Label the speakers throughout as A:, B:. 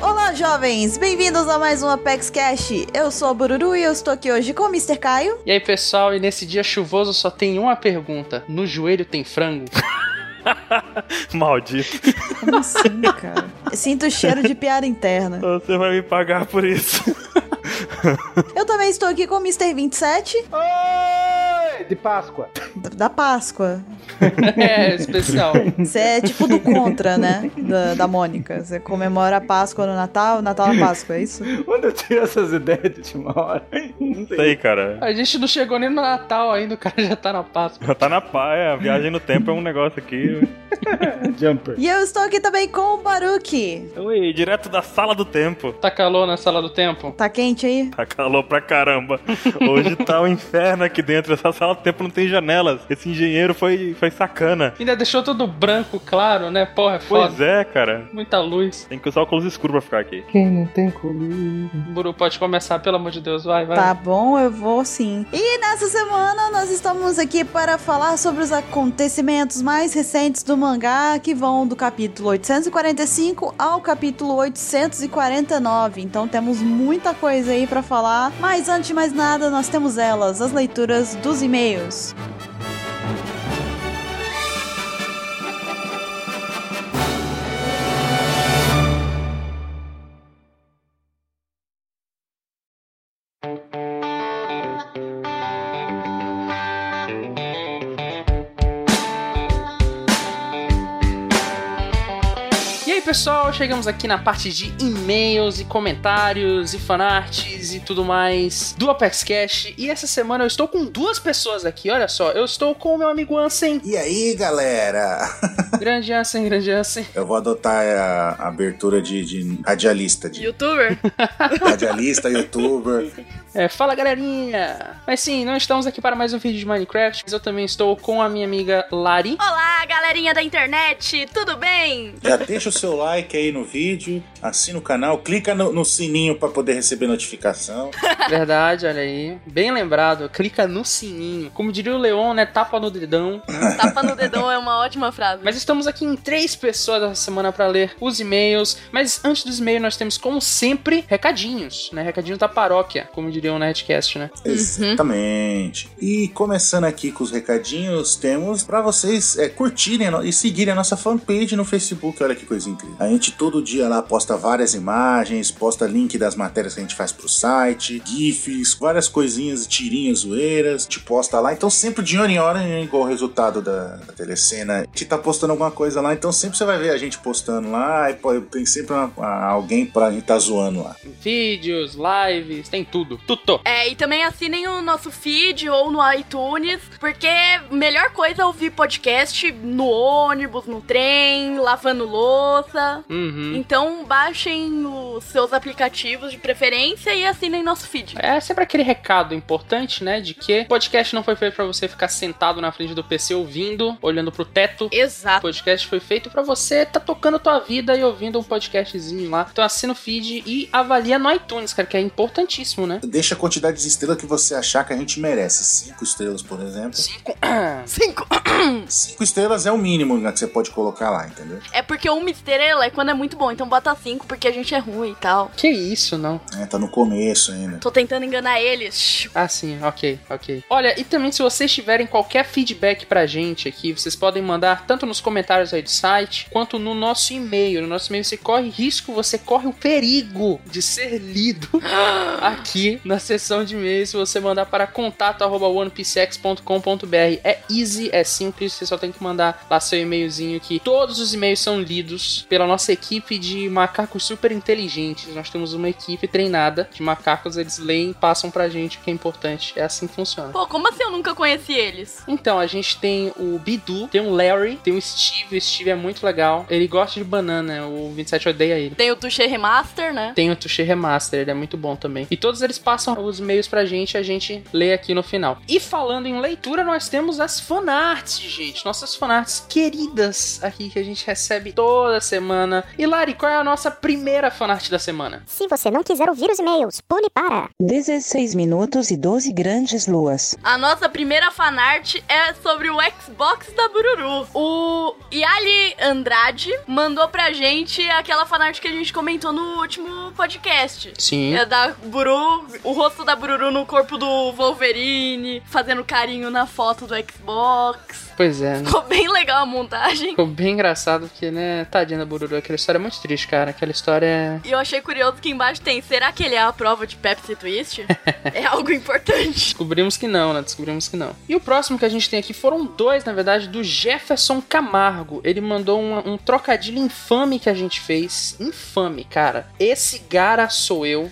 A: Olá, jovens! Bem-vindos a mais um Apex Cash. Eu sou a Bururu e eu estou aqui hoje com o Mr. Caio.
B: E aí, pessoal, e nesse dia chuvoso só tem uma pergunta: no joelho tem frango?
C: Maldito.
A: Como assim, cara? Sinto o cheiro de piada interna.
C: Você vai me pagar por isso.
A: Eu também estou aqui com o Mr. 27
D: Oi! De Páscoa.
A: da- da Páscoa.
B: é, especial.
A: Você é tipo do contra, né? Da, da Mônica. Você comemora a Páscoa no Natal, Natal na Páscoa, é isso?
D: Onde eu tiro essas ideias de última hora? Não
C: Isso aí, cara.
B: A gente não chegou nem no Natal ainda, o cara já tá na Páscoa.
C: Tá na paia, a viagem no tempo é um negócio aqui.
D: Jumper.
A: E eu estou aqui também com o Baruki.
C: Oi, Então, direto da sala do tempo.
B: Tá calor na sala do tempo?
A: Tá quente aí?
C: Tá calor pra caramba. Hoje tá um inferno aqui dentro. Essa sala do tempo não tem janelas. Esse engenheiro foi, foi sacana.
B: Ainda deixou tudo branco, claro, né? Porra, é foda.
C: Pois é, cara.
B: Muita luz.
C: Tem que usar óculos escuros pra ficar aqui.
B: Quem não tem Buru, pode começar, pelo amor de Deus, vai, vai.
A: Tá bom, eu vou sim. E nessa semana nós estamos aqui para falar sobre os acontecimentos mais recentes do mangá, que vão do capítulo 845 ao capítulo 849. Então temos muita coisa aí para falar, mas antes de mais nada, nós temos elas, as leituras dos e-mails.
B: E aí, pessoal, chegamos aqui na parte de e-mails e comentários e fanarts e tudo mais do Apex Cash. E essa semana eu estou com duas pessoas aqui, olha só. Eu estou com o meu amigo Ansem.
E: E aí, galera?
B: Grande Ansem, grande Ansem.
E: Eu vou adotar a, a abertura de, de radialista, de
F: Youtuber?
E: radialista, youtuber.
B: É, fala galerinha! Mas sim, não estamos aqui para mais um vídeo de Minecraft, mas eu também estou com a minha amiga Lari.
F: Olá, galerinha da internet, tudo bem?
E: Já deixa o seu like aí no vídeo, assina o canal, clica no, no sininho pra poder receber notificação.
B: Verdade, olha aí. Bem lembrado, clica no sininho. Como diria o Leon, né? Tapa no dedão.
F: Tapa no dedão é uma ótima frase.
B: Mas estamos aqui em três pessoas essa semana para ler os e-mails. Mas antes dos e-mails, nós temos, como sempre, recadinhos, né? Recadinho da paróquia, como diria o Nerdcast, né?
E: Exatamente. E começando aqui com os recadinhos, temos pra vocês é, curtirem a no- e seguirem a nossa fanpage no Facebook. Olha que coisa incrível. A gente todo dia lá posta várias imagens, posta link das matérias que a gente faz pro site, GIFs, várias coisinhas, tirinhas, zoeiras, te posta lá. Então sempre de hora em hora, hein, igual o resultado da, da telecena, a gente tá postando alguma coisa lá. Então sempre você vai ver a gente postando lá e pô, tem sempre uma- uma- alguém pra gente tá zoando lá.
B: Vídeos, lives, tem tudo. Tuto!
F: É, e também assinem o nosso feed ou no iTunes, porque melhor coisa é ouvir podcast no ônibus, no trem, lavando louça.
B: Uhum.
F: Então baixem os seus aplicativos de preferência e assinem nosso feed.
B: É sempre aquele recado importante, né? De que podcast não foi feito pra você ficar sentado na frente do PC ouvindo, olhando pro teto. O
F: Exato.
B: podcast foi feito pra você tá tocando a tua vida e ouvindo um podcastzinho lá. Então assina o feed e avalia no iTunes, cara, que é importantíssimo, né?
E: Deixa a quantidade de estrelas que você achar que a gente merece. Cinco estrelas, por exemplo.
B: Cinco.
F: Cinco.
E: Cinco estrelas é o mínimo né, que você pode colocar lá, entendeu?
F: É porque uma estrela é quando é muito bom, então bota cinco porque a gente é ruim e tal.
B: Que isso, não?
E: É, tá no começo ainda.
F: Tô tentando enganar eles.
B: Ah, sim, ok, ok. Olha, e também se vocês tiverem qualquer feedback pra gente aqui, vocês podem mandar tanto nos comentários aí do site, quanto no nosso e-mail. No nosso e-mail você corre risco, você corre o perigo de ser lido aqui na seção de e-mail se você mandar para contato arroba onepcx.com.br. É easy, é simples, você só tem que mandar lá seu e-mailzinho que todos os e-mails são lidos pela nossa equipe de macacos super inteligentes. Nós temos uma equipe treinada de macacos, eles leem e passam pra gente o que é importante. É assim que funciona.
F: Pô, como assim eu nunca conheci eles?
B: Então, a gente tem o Bidu, tem o Larry, tem o Steve. O Steve é muito legal. Ele gosta de banana, o 27 odeia ele.
F: Tem o Touché Remaster, né?
B: Tem o Touché Remaster, ele é muito bom também. E todos eles passam os e-mails pra gente, a gente lê aqui no final. E falando em leitura, nós temos as fanarts, gente. Nossas fanarts queridas aqui que a gente recebe toda semana. E Lari, qual é a nossa primeira fanart da semana?
G: Se você não quiser ouvir os e-mails, pule para.
H: 16 minutos e 12 grandes luas.
F: A nossa primeira fanart é sobre o Xbox da Bururu. O Yali Andrade mandou pra gente aquela fanart que a gente comentou no último podcast.
B: Sim.
F: É da Buru, o rosto da Bururu no corpo do Wolverine, fazendo carinho na foto do Xbox.
B: Pois é. né?
F: Ficou bem legal a montagem.
B: Ficou bem engraçado porque, né, tadinha da Bururu, aquela história é muito triste, cara. Aquela história é.
F: E eu achei curioso que embaixo tem, será que ele é a prova de Pepsi Twist? é algo importante.
B: Descobrimos que não, né? Descobrimos que não. E o próximo que a gente tem aqui foram dois, na verdade, do Jefferson Camargo. Ele mandou um, um trocadilho infame que a gente fez. Infame, cara. Esse cara sou eu.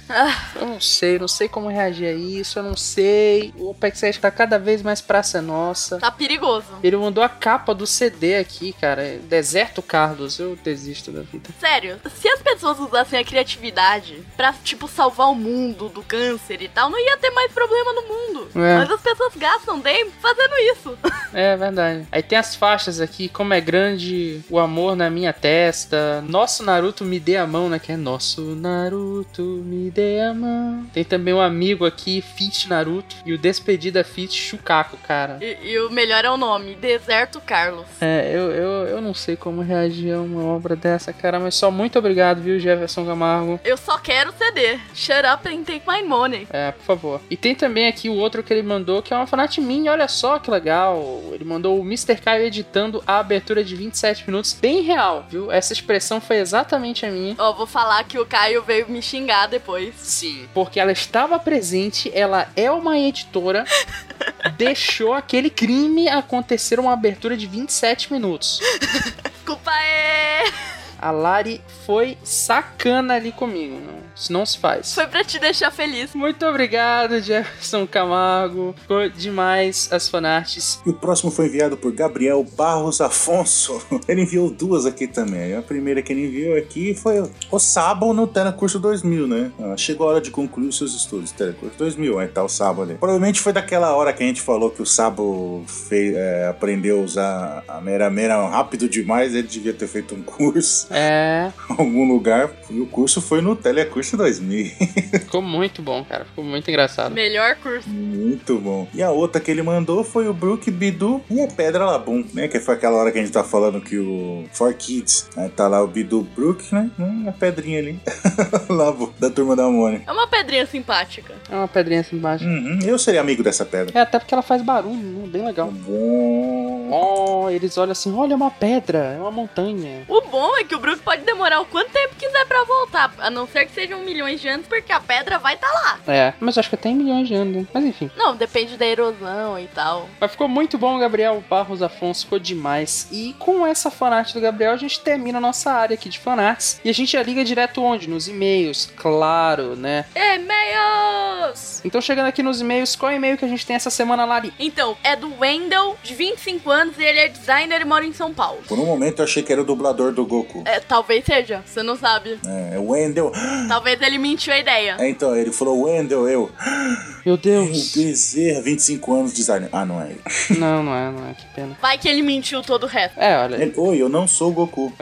B: Eu não sei, não sei como reagir a isso, eu não sei. O Pexet tá cada vez mais praça é nossa.
F: Tá perigoso.
B: Ele mandou a capa do CD aqui, cara. É Deserto Carlos. Eu desisto da vida.
F: Sério, se as pessoas usassem a criatividade pra, tipo, salvar o mundo do câncer e tal, não ia ter mais problema no mundo.
B: É.
F: Mas as pessoas gastam tempo fazendo isso.
B: É verdade. Aí tem as faixas aqui, como é grande o amor na minha testa. Nosso Naruto me dê a mão, né? Que é nosso Naruto me dê a mão. Tem também um amigo aqui, Fit Naruto, e o despedida Fit Chucaco, cara.
F: E, e o melhor é o nome, Deserto Carlos.
B: É, eu, eu, eu não sei como reagir a uma obra dessa, cara, mas só muito obrigado, viu, Jefferson Camargo.
F: Eu só quero CD. Shut up and take my money.
B: É, por favor. E tem também aqui o outro que ele mandou, que é uma fanart minha, olha só que legal. Ele mandou o Mr. Caio editando a abertura de 27 minutos, bem real, viu? Essa expressão foi exatamente a minha.
F: Ó, vou falar que o Caio veio me xingar depois.
B: Sim. Porque ela estava presente, ela é uma editora, deixou aquele crime acontecer uma abertura de 27 minutos.
F: Desculpa, é.
B: A Lari foi sacana ali comigo. né? Isso não se faz.
F: Foi pra te deixar feliz.
B: Muito obrigado, Jefferson Camargo. Ficou demais as fanarts.
E: E o próximo foi enviado por Gabriel Barros Afonso. Ele enviou duas aqui também. A primeira que ele enviou aqui foi o Sabo no Telecurso 2000, né? Ah, Chegou a hora de concluir seus estudos. Telecurso 2000, aí tá o Sabo ali. Provavelmente foi daquela hora que a gente falou que o Sabo fez, é, aprendeu a usar a Mera Mera rápido demais. Ele devia ter feito um curso
B: É,
E: em algum lugar. E o curso foi no Telecurso 2000.
B: ficou muito bom, cara. Ficou muito engraçado.
F: Melhor curso.
E: Muito bom. E a outra que ele mandou foi o Brook Bidu e a Pedra Labum, né? Que foi aquela hora que a gente tá falando que o For Kids, né? Tá lá o Bidu Brook, né? Hum, a pedrinha ali. Labum, da turma da Mônica.
F: É uma pedrinha simpática.
B: É uma pedrinha assim embaixo.
E: Uhum, eu seria amigo dessa pedra. Tá
B: É, até porque ela faz barulho, né? bem legal.
E: Bom.
B: Oh, eles olham assim, olha, é uma pedra, é uma montanha.
F: O bom é que o Brook pode demorar o quanto tempo quiser pra voltar. A não ser que sejam milhões de anos, porque a pedra vai tá lá.
B: É, mas acho que até em milhões de anos, né? Mas enfim.
F: Não, depende da erosão e tal.
B: Mas ficou muito bom, Gabriel Barros Afonso, ficou demais. E com essa fanart do Gabriel, a gente termina a nossa área aqui de fanarts. E a gente já liga direto onde? Nos e-mails, claro, né?
F: E-mails!
B: Então chegando aqui nos e-mails, qual é o e-mail que a gente tem essa semana, Lari?
F: Então, é do Wendell, de 25 anos, e ele é designer e mora em São Paulo.
E: Por um momento eu achei que era o dublador do Goku.
F: É, talvez seja, você não sabe.
E: É, o Wendel.
F: Talvez ele mentiu a ideia.
E: É, então, ele falou Wendel, eu.
B: Meu
E: Um O Bezerra, 25 anos, designer. Ah, não é ele.
B: Não, não é, não é, que pena.
F: Vai que ele mentiu todo o resto.
B: É, olha.
E: Ele- Oi, eu não sou o Goku.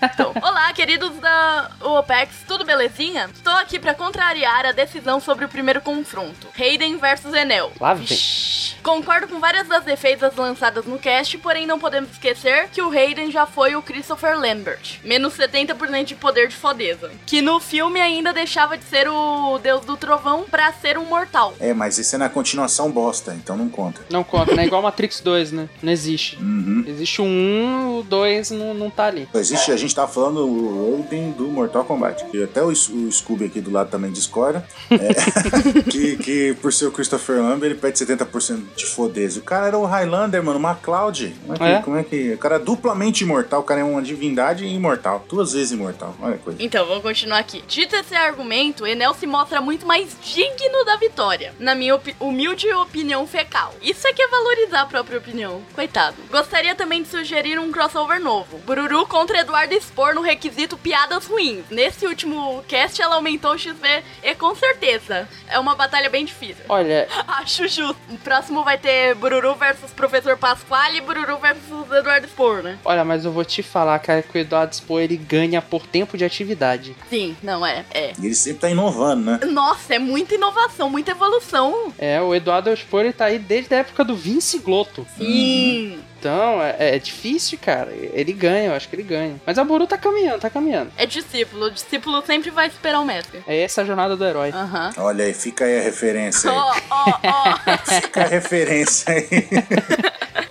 F: Então, olá, queridos da OPEX, tudo belezinha? Estou aqui para contrariar a decisão sobre o primeiro confronto, Hayden versus Enel.
B: Lá vem.
F: Vixe. Concordo com várias das defesas lançadas no cast, porém não podemos esquecer que o Hayden já foi o Christopher Lambert, menos 70% de poder de fodeza, que no filme ainda deixava de ser o deus do trovão para ser um mortal.
E: É, mas esse é na continuação bosta, então não conta.
B: Não conta, né? Igual Matrix 2, né? Não existe.
E: Uhum.
B: Existe o 1, o 2 não, não tá ali.
E: Só Existe, a gente tá falando o Odin do Mortal Kombat. E até o, S- o Scooby aqui do lado também discorda. É, que, que por ser o Christopher Lambert, ele perde 70% de fodez. O cara era o Highlander, mano, uma Cloud. Como é que.
B: É?
E: Como é que o cara é duplamente imortal, o cara é uma divindade e imortal. Duas vezes imortal. Olha que coisa.
F: Então, vamos continuar aqui. Dito esse argumento, Enel se mostra muito mais digno da vitória, na minha opi- humilde opinião fecal. Isso é que é valorizar a própria opinião. Coitado. Gostaria também de sugerir um crossover novo. Bururu contra Eduardo Spor no requisito piadas ruins. Nesse último cast, ela aumentou o XP e com certeza é uma batalha bem difícil.
B: Olha,
F: Acho justo. O próximo vai ter Bururu versus Professor Pasquale aí Bururu versus Eduardo Spor, né?
B: Olha, mas eu vou te falar, cara, que o Eduardo Spohr, ele ganha por tempo de atividade.
F: Sim, não é, é.
E: E ele sempre tá inovando, né?
F: Nossa, é muita inovação, muita evolução.
B: É, o Eduardo Spohr, ele tá aí desde a época do Vince Glotto.
F: Sim.
B: Então, é, é difícil, cara. Ele ganha, eu acho que ele ganha. Mas a Buru tá caminhando, tá caminhando.
F: É discípulo, o discípulo sempre vai esperar o mestre.
B: É essa a jornada do herói.
F: Aham.
E: Olha aí, fica aí a referência aí.
F: Ó, ó, ó.
E: Fica a referência aí.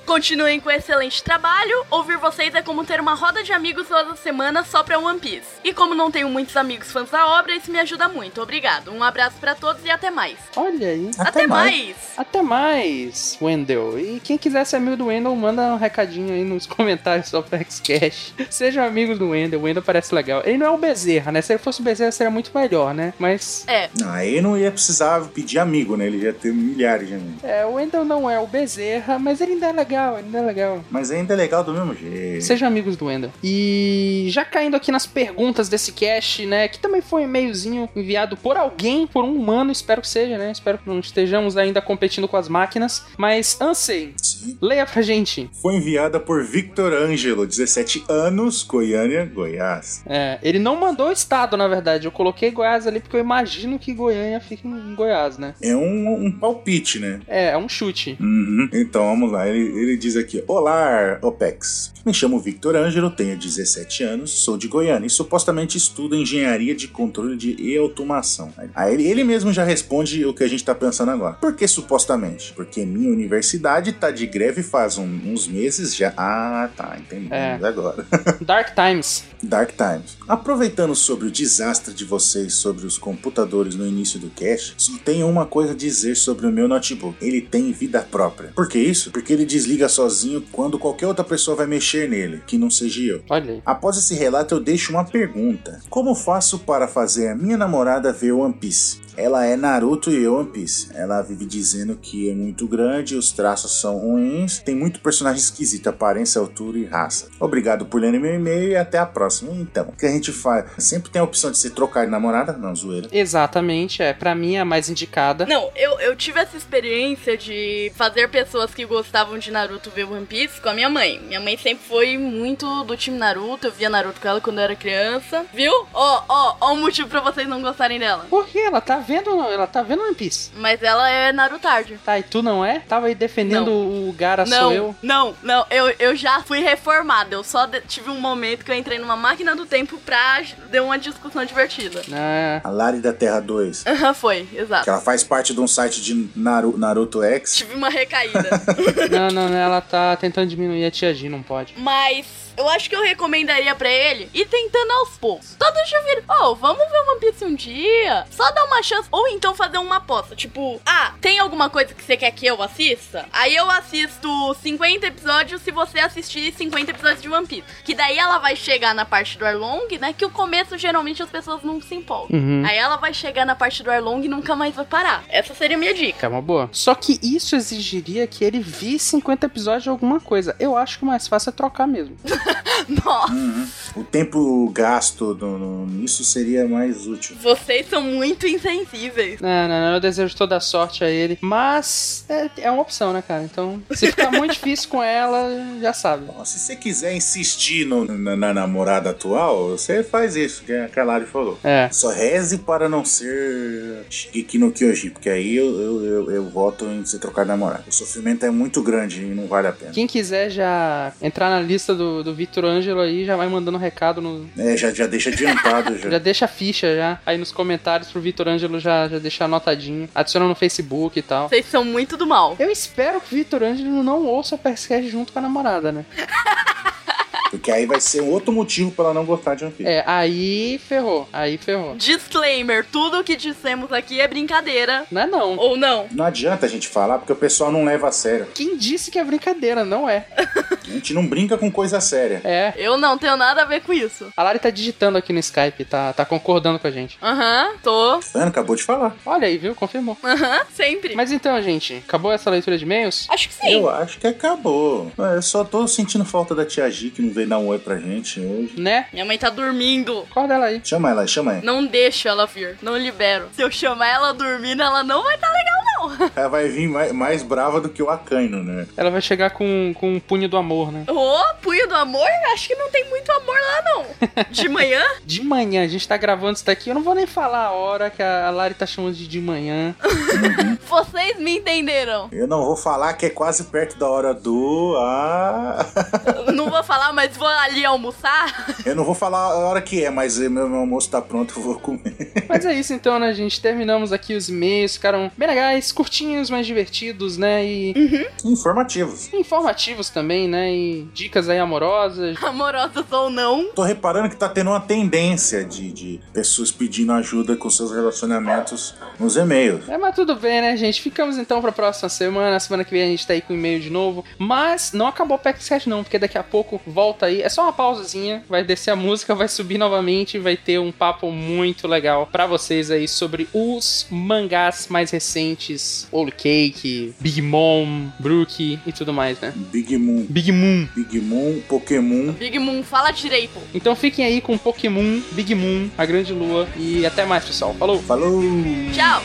F: Continuem com o excelente trabalho. Ouvir vocês é como ter uma roda de amigos toda semana só pra One Piece. E como não tenho muitos amigos fãs da obra, isso me ajuda muito. Obrigado. Um abraço pra todos e até mais.
B: Olha aí.
F: Até, mais.
B: Até mais, Wendell. E quem quiser ser amigo do Wendell, manda um recadinho aí nos comentários do Apex Cash. Sejam amigos um do Wendell, o Wendell parece legal. Ele não é o Bezerra, né? Se ele fosse o Bezerra, seria muito melhor, né? Mas
F: É,
E: Não, Aí não ia precisar pedir amigo, né? Ele ia ter milhares de amigos.
B: é, o Wendell não é o Bezerra, mas ele ainda é legal, ele ainda é legal.
E: Mas ainda é legal do mesmo jeito.
B: Sejam amigos do Wendel. E já caindo aqui nas perguntas desse cast, né? Que também foi um e-mailzinho enviado por alguém, por um humano, espero que seja, né? Espero que não estejamos ainda competindo com as máquinas. Mas, Ansei,
E: Sim.
B: leia pra gente.
E: Foi enviada por Victor Ângelo, 17 anos, Goiânia, Goiás.
B: É, ele não mandou o estado, na verdade. Eu coloquei Goiás ali porque eu imagino que Goiânia fica em Goiás, né?
E: É um, um palpite, né?
B: É, é um chute.
E: Uhum. Então vamos lá, ele, ele diz aqui: Olá, OPEX. Me chamo Victor Ângelo, tenho 17 anos, sou de Goiânia e supostamente estudo engenharia de controle de e automação. Aí ele, ele mesmo já responde o que a gente tá pensando agora. Por que supostamente? Porque minha universidade tá de greve faz um- uns meses já. Ah, tá, entendemos
B: É.
E: agora.
B: Dark Times.
E: Dark Times. Aproveitando sobre o desastre de vocês sobre os computadores no início do cast, só tenho uma coisa a dizer sobre o meu notebook. Ele tem vida própria. Por que isso? Porque ele desliga sozinho quando qualquer outra pessoa vai mexer nele, que não seja eu.
B: Olha aí.
E: Após esse relato, eu deixo uma pergunta: Como faço para fazer a minha namorada ver One Piece? Ela é Naruto e One Piece. Ela vive dizendo que é muito grande, os traços são ruins, tem muito personagem esquisito, aparência, altura e raça. Obrigado por lerem meu e-mail e até a próxima. Então, o que a gente faz? Sempre tem a opção de se trocar de namorada? Não, zoeira.
B: Exatamente, é. Pra mim é a mais indicada.
F: Não, eu, eu tive essa experiência de fazer pessoas que gostavam de Naruto ver One Piece com a minha mãe. Minha mãe sempre foi muito do time Naruto, eu via Naruto com ela quando eu era criança. Viu? Ó, ó, ó o motivo pra vocês não gostarem dela.
B: Por que? Ela tá vendo. Ela tá vendo One Piece.
F: Mas ela é Narutarde.
B: Tá, e tu não é? Tava aí defendendo o Gara Ah, sou eu.
F: Não, não, não, eu, eu já fui reformada. Eu só de- tive um momento que eu entrei numa máquina do tempo pra dar uma discussão divertida.
B: Ah,
E: A Lari da Terra 2,
F: Aham, foi, exato.
E: que ela faz parte de um site de Naru- Naruto X.
F: Tive uma recaída.
B: não, não, não, ela tá tentando diminuir a tia G, não pode.
F: Mas eu acho que eu recomendaria pra ele ir tentando aos poucos. Só deixa eu vir. Oh, vamos ver One Piece um dia. Só dar uma chance. Ou então fazer uma aposta. Tipo, ah, tem alguma coisa que você quer que eu assista? Aí eu assisto 50 episódios se você assistir 50 episódios de One Piece. Que daí ela vai chegar na parte do Arlong, né? Que o começo geralmente as pessoas não se empolgam.
B: Uhum.
F: Aí ela vai chegar na parte do Arlong e nunca mais vai parar. Essa seria a minha dica.
B: É uma boa. Só que isso exigiria que ele visse 50 episódios de alguma coisa. Eu acho que o mais fácil é trocar mesmo.
F: Nossa,
E: O tempo gasto no- no- nisso seria mais útil.
F: vocês são muito insensíveis.
B: Não, não, não. Eu desejo toda a sorte a ele. Mas é, é uma opção, né, cara? Então, se ficar muito difícil com ela, já sabe.
E: Bom, se você quiser insistir no- na, na namorada atual, você faz isso, que a Calari falou.
B: É.
E: Só reze para não ser Shigeki no Kyoji, porque aí eu, eu, eu, eu voto em você trocar de namorada. O sofrimento é muito grande e não vale a pena.
B: Quem quiser já entrar na lista do, do Vitor Ângelo aí, já vai mandando recado no.
E: É, já, já deixa adiantado já.
B: Já deixa a ficha já aí nos comentários pro Vitor Ângelo já, já deixar anotadinho. Adiciona no Facebook e tal.
F: Vocês são muito do mal.
B: Eu espero que o Vitor Ângelo não ouça o Perscast junto com a namorada, né?
E: Porque aí vai ser um outro motivo para ela não gostar de One Piece.
B: É, aí ferrou, aí ferrou.
F: Disclaimer: tudo o que dissemos aqui é brincadeira.
B: Não é não.
F: Ou não.
E: Não adianta a gente falar, porque o pessoal não leva a sério.
B: Quem disse que é brincadeira, não é.
E: A gente não brinca com coisa séria.
B: É.
F: Eu não tenho nada a ver com isso.
B: A Lari tá digitando aqui no Skype, tá, tá concordando com a gente.
F: Aham, tô.
E: Tá vendo? Acabou de falar.
B: Olha aí, viu? Confirmou.
F: Aham, sempre.
B: Mas então, gente, acabou essa leitura de e-mails?
F: Acho que sim.
E: Eu acho que acabou. É, Eu só tô sentindo falta da tia G que não veio dar um oi pra gente hoje.
B: Né?
F: Minha mãe tá dormindo.
B: Acorda ela aí.
E: Chama ela, chama ela.
F: Não deixo ela vir. Não libero. Se eu chamar ela dormindo, ela não vai tá legal, não.
E: Ela vai vir mais, mais brava do que o Acaino, né?
B: Ela vai chegar com, com um punho do amor, né?
F: Ô, punho do amor? Acho que não tem muito amor lá, não. De manhã?
B: De manhã, a gente tá gravando isso daqui. Eu não vou nem falar a hora que a Lari tá chamando de de manhã.
F: Vocês me entenderam.
E: Eu não vou falar que é quase perto da hora do. Ah.
F: Não vou falar, mas vou ali almoçar.
E: Eu não vou falar a hora que é, mas meu, meu almoço tá pronto, eu vou comer.
B: Mas é isso então, né, gente? Terminamos aqui os e-mails. Ficaram bem legais, curtinhos, mas divertidos, né? E
E: Informativos.
B: informativos também, né? E dicas aí amorosas.
F: Amorosos ou não.
E: Tô reparando que tá tendo uma tendência de, de pessoas pedindo ajuda com seus relacionamentos nos e-mails.
B: É, mas tudo bem, né, gente? Ficamos então pra próxima semana. Na semana que vem a gente tá aí com e-mail de novo. Mas não acabou o Pack 7, não, porque daqui a pouco volta aí. É só uma pausazinha. Vai descer a música, vai subir novamente. e Vai ter um papo muito legal pra vocês aí sobre os mangás mais recentes: Old Cake, Big Mom, Brook e tudo mais, né?
E: Big Moon.
B: Big Moon.
E: Big Moon, Pokémon.
F: Big Moon, fala direito.
B: Então fiquem aí com Pokémon, Big Moon, a Grande Lua. E até mais, pessoal. Falou!
E: Falou!
F: Tchau.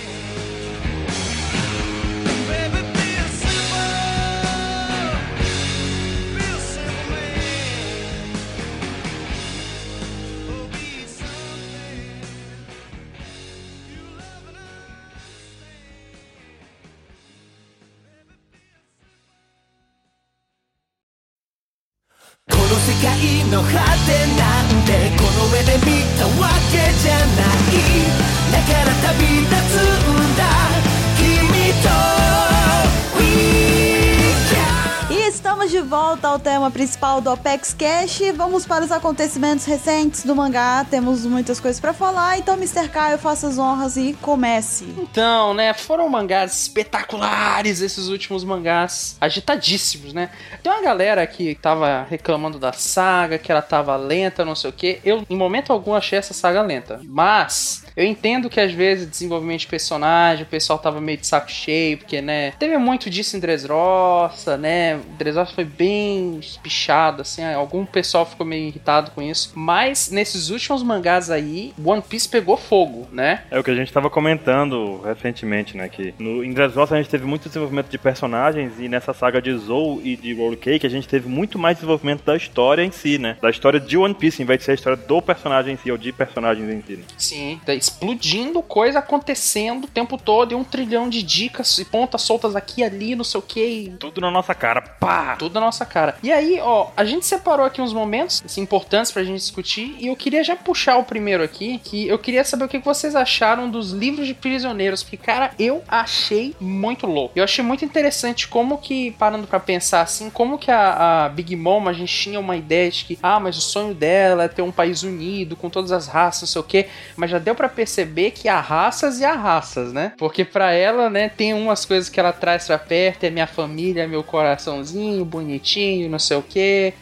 A: E estamos de volta ao tema principal do Apex Cash. Vamos para os acontecimentos recentes do mangá. Temos muitas coisas pra falar, então Mr. Caio, faça as honras e comece.
B: Então, né, foram mangás espetaculares esses últimos mangás, agitadíssimos, né? Tem uma galera que tava reclamando da saga, que ela tava lenta, não sei o que. Eu, em momento algum, achei essa saga lenta. Mas, eu entendo que às vezes desenvolvimento de personagem, o pessoal tava meio de saco cheio, porque, né, teve muito disso em Dressrosa, né? Dressrosa foi bem espichado, assim, algum pessoal ficou meio irritado com isso. Mas, nesses últimos mangás aí, One Piece pegou fogo, né?
C: É o que a gente estava comentando recentemente, né? Que no, em Dressrosa a gente teve muito desenvolvimento de personagens e nessa saga de Zou e de Roll Cake a gente teve muito mais desenvolvimento da história em si, né? Da história de One Piece, em vez de ser a história do personagem em si ou de personagens em si. né?
B: Sim, tá explodindo coisa acontecendo o tempo todo e um trilhão de dicas e pontas soltas aqui e ali, não sei o que,
C: Tudo na nossa cara, pá!
B: tudo na nossa cara. E aí, ó, a gente separou aqui uns momentos assim, importantes pra gente discutir e eu queria já puxar o primeiro aqui, que eu queria saber o que que vocês acharam dos livros de prisioneiros, porque, cara, eu achei muito louco. Eu achei muito interessante como que, parando pra pensar assim, como que a, a Big Mom, a gente tinha uma ideia de que, ah, mas o sonho dela é ter um país unido, com todas as raças, não sei o que, mas já deu pra perceber que há raças e há raças, né? Porque pra ela, né, tem umas coisas que ela traz pra perto, é minha família, meu coraçãozinho, bonitinho, não sei o que,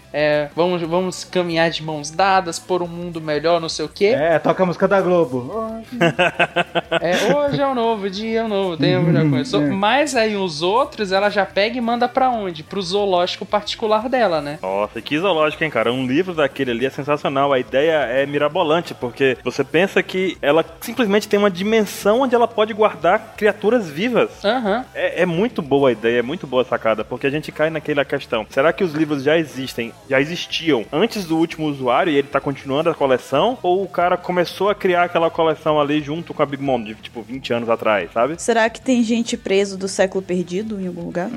B: vamos, vamos caminhar de mãos dadas por um mundo melhor, não sei o que.
D: É, toca a música da Globo.
B: É, hoje é um novo dia, é um novo tempo, já começou.
D: é.
B: Mas aí os outros, ela já pega e manda pra onde? Pro zoológico particular dela, né?
C: Nossa, que zoológico, hein, cara? Um livro daquele ali é sensacional. A ideia é mirabolante, porque você pensa que ela simplesmente tem uma dimensão onde ela pode guardar criaturas vivas.
B: Aham.
C: É, é muito boa a ideia, é muito boa a sacada, porque a gente cai naquela questão. Será que os livros já existem, já existiam antes do último usuário e ele tá continuando a coleção? Ou o cara começou a criar aquela coleção ali junto com a Big Mom, de tipo 20 anos atrás, sabe?
A: Será que tem gente preso do século perdido em algum lugar?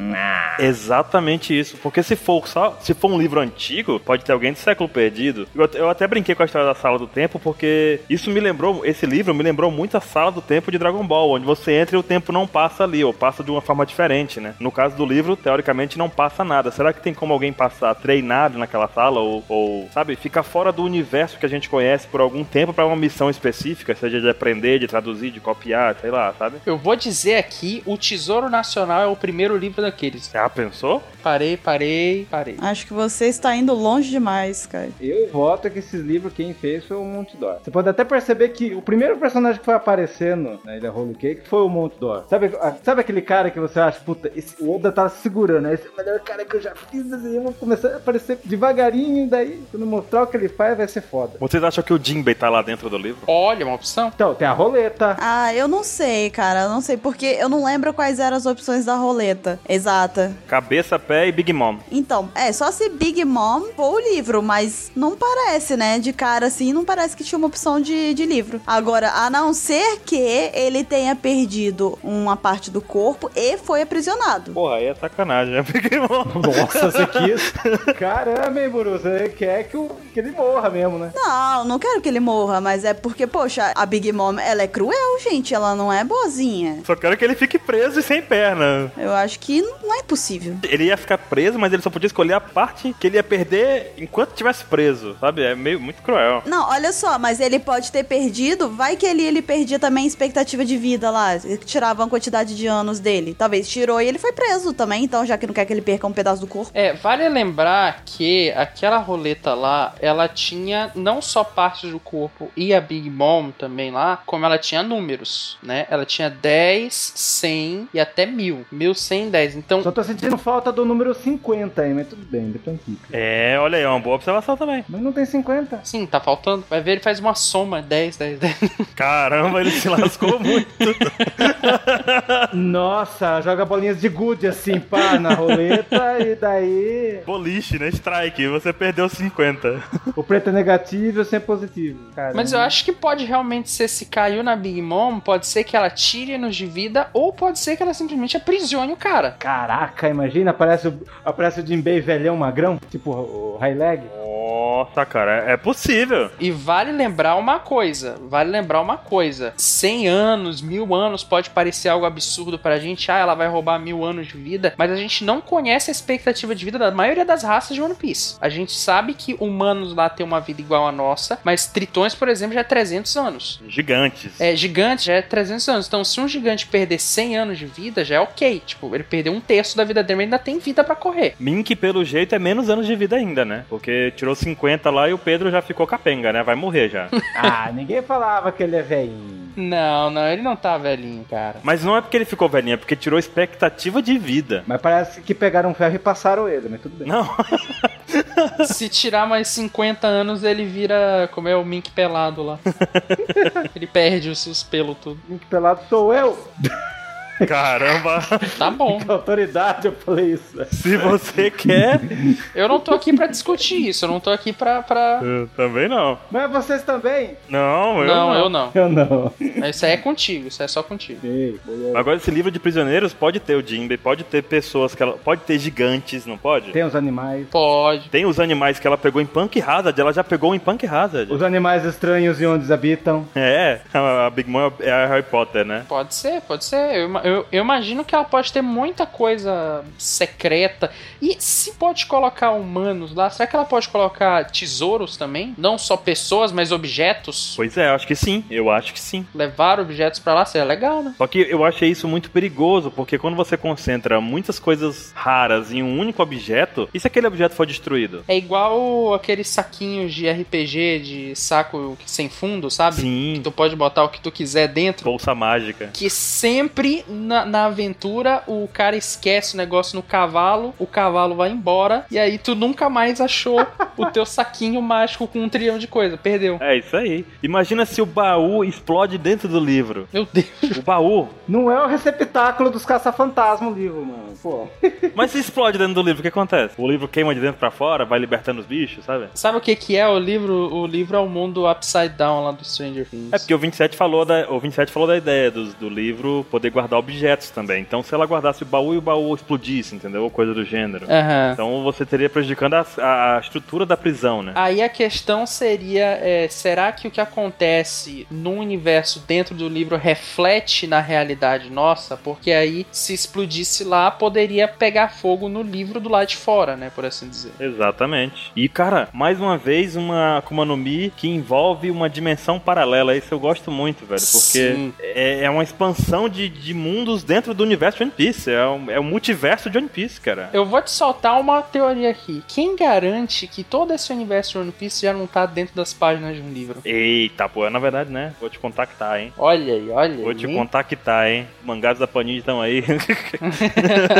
C: Exatamente isso, porque se for só, se for um livro antigo, pode ter alguém do século perdido. Eu, at- eu até brinquei com a história da Sala do Tempo, porque isso me lembrou, esse livro me lembrou muito a Sala do Tempo de Dragon Ball, onde você entra e o tempo não passa ali, ou passa de uma forma diferente, né? No caso do livro, teoricamente não passa nada. Será que tem como alguém passar treinado naquela sala ou, ou, sabe, ficar fora do universo que a gente conhece por algum tempo pra uma missão específica, seja de aprender, de traduzir, de copiar, sei lá, sabe?
B: Eu vou dizer aqui, o Tesouro Nacional é o primeiro livro daqueles.
C: Já pensou?
B: Parei, parei, parei.
A: Acho que você está indo longe demais, cara.
D: Eu voto que esses livros quem fez foi o Montidor. Você pode até perceber que o primeiro primeiro personagem que foi aparecendo na Ilha Holy Cake foi o Mount Dor. Sabe, a- sabe aquele cara que você acha, puta, esse o Oda tá segurando, esse é o melhor cara que eu já fiz, assim, eu vou começar a aparecer devagarinho, daí quando mostrar o que ele faz vai ser foda.
C: Vocês acham que o Jinbei tá lá dentro do livro?
B: Olha, uma opção.
D: Então, tem a roleta.
A: Ah, eu não sei, cara. Eu não sei, porque eu não lembro quais eram as opções da roleta. Exata.
C: Cabeça, pé e Big Mom.
A: Então, é, só se Big Mom for o livro, mas não parece, né? De cara assim, não parece que tinha uma opção de, de livro. Agora, a não ser que ele tenha perdido uma parte do corpo e foi aprisionado.
C: Porra, aí é sacanagem, né? Big Mom.
D: Nossa, você quis. Caramba, hein, Buru, você quer que, o, que ele morra mesmo, né?
A: Não, não quero que ele morra, mas é porque, poxa, a Big Mom, ela é cruel, gente. Ela não é boazinha.
C: Só quero que ele fique preso e sem perna.
A: Eu acho que não é possível.
C: Ele ia ficar preso, mas ele só podia escolher a parte que ele ia perder enquanto estivesse preso, sabe? É meio muito cruel.
A: Não, olha só, mas ele pode ter perdido. Vai que ele, ele perdia também a expectativa de vida lá. Tirava uma quantidade de anos dele. Talvez tirou e ele foi preso também. Então, já que não quer que ele perca um pedaço do corpo.
B: É, vale lembrar que aquela roleta lá, ela tinha não só partes do corpo e a Big Mom também lá, como ela tinha números, né? Ela tinha 10, 100 e até 1000. 1110. Então,
D: Só tô sentindo falta do número 50 aí, mas tudo bem, depois fica.
C: É, olha aí, é uma boa observação também.
D: Mas não tem 50.
B: sim, tá faltando. Vai ver, ele faz uma soma: 10, 10, 10.
C: Caramba, ele se lascou muito.
D: Nossa, joga bolinhas de gude assim, pá, na roleta e daí
C: Boliche, né? Strike, você perdeu 50.
D: o preto é negativo e o sem é positivo. Cara.
B: Mas eu acho que pode realmente ser se caiu na Big Mom, pode ser que ela tire nos de vida, ou pode ser que ela simplesmente aprisione o cara.
D: Caraca, imagina, aparece o, aparece o Jinbei velhão magrão, tipo o High Leg.
C: Nossa, cara, é possível.
B: E vale lembrar uma coisa, vale lembrar uma coisa. 100 anos, mil anos pode parecer algo absurdo pra gente, ah, ela vai roubar mil anos de vida, mas a gente não conhece a expectativa de vida da maioria das raças de One Piece. A gente sabe que humanos lá têm uma vida igual à nossa, mas tritões, por exemplo, já é 300 anos.
C: Gigantes.
B: É, gigante já é 300 anos. Então, se um gigante perder 100 anos de vida, já é ok. Tipo, ele perdeu um terço da vida dele, mas ainda tem vida pra correr.
C: Mink, pelo jeito, é menos anos de vida ainda, né? Porque tirou 50 lá e o Pedro já ficou capenga, né? Vai morrer já.
D: Ah, ninguém falava que ele é velhinho.
B: Não, não, ele não tá velhinho, cara.
C: Mas não é porque ele ficou velhinho, é porque tirou expectativa de vida.
D: Mas parece que pegaram um ferro e passaram ele, mas tudo bem.
C: Não,
B: Se tirar mais 50 anos, ele vira como é o Mink pelado lá. ele perde os, os pelos tudo.
D: Link pelado sou eu!
C: caramba.
B: Tá bom.
D: Que autoridade eu falei isso.
C: Se você quer,
B: Eu não tô aqui pra discutir isso. Eu não tô aqui pra. pra...
C: eu também não.
D: Mas vocês também?
C: Não, eu
B: Não,
C: não.
B: eu não.
D: Eu não.
B: Isso aí é contigo, isso aí é só contigo.
D: Ei, boa.
C: Agora, esse livro de prisioneiros pode ter o Jinbe, pode ter pessoas que ela. Pode ter gigantes, não pode?
D: Tem os animais.
B: Pode.
C: Tem os animais que ela pegou em Punk Hazard, ela já pegou em Punk Hazard.
D: Os animais estranhos e onde eles habitam.
C: É, a Big Mom é a Harry Potter, né?
B: Pode ser, pode ser. Eu, ima- eu- eu imagino que ela pode ter muita coisa secreta. E se pode colocar humanos lá, será que ela pode colocar tesouros também? Não só pessoas, mas objetos?
C: Pois é, eu acho que sim. Eu acho que sim.
B: Levar objetos pra lá seria legal, né?
C: Só que eu achei isso muito perigoso, porque quando você concentra muitas coisas raras em um único objeto, e se aquele objeto for destruído?
B: É igual aqueles saquinhos de RPG, de saco sem fundo, sabe?
C: Sim,
B: Tu pode botar o que tu quiser dentro.
C: bolsa mágica.
B: Que sempre na, na aventura o cara esquece o negócio no cavalo, o cavalo vai embora, e aí tu nunca mais achou o teu saquinho mágico com um trilhão de coisa. Perdeu.
C: É isso aí. Imagina se o baú explode dentro do livro.
B: Meu Deus.
C: O baú.
D: Não é o receptáculo dos caça-fantasma o livro, mano. Pô.
C: Mas se explode dentro do livro, o que acontece? O livro queima de dentro pra fora, vai libertando os bichos, sabe?
B: Sabe o que que é o livro? O livro é o mundo upside down lá do Stranger Things.
C: É porque o 27 falou da, o 27 falou da ideia dos- do, livro poder guardar objetos também. Então, se ela guardasse o baú e o baú explodisse, entendeu? Ou coisa do gênero.
B: Aham.
C: Então você teria prejudicando a, a- a estrutura da prisão, né?
B: Aí a questão seria: é, será que o que acontece no universo dentro do livro reflete na realidade nossa? Porque aí, se explodisse lá, poderia pegar fogo no livro do lado de fora, né? Por assim dizer.
C: Exatamente. E, cara, mais uma vez, uma Akuma no Mi que envolve uma dimensão paralela. Isso eu gosto muito, velho. Porque
B: Sim.
C: é, é uma expansão de, de mundos dentro do universo de One Piece. É um, é um multiverso de One Piece, cara.
B: Eu vou te soltar uma teoria aqui. Quem garante que todo esse universo de One Piece já não tá dentro das páginas de um livro?
C: Eita, pô, na verdade, né? Vou te contactar, hein?
B: Olha aí, olha
C: Vou
B: aí.
C: te contactar, hein? Mangás da Panini estão aí.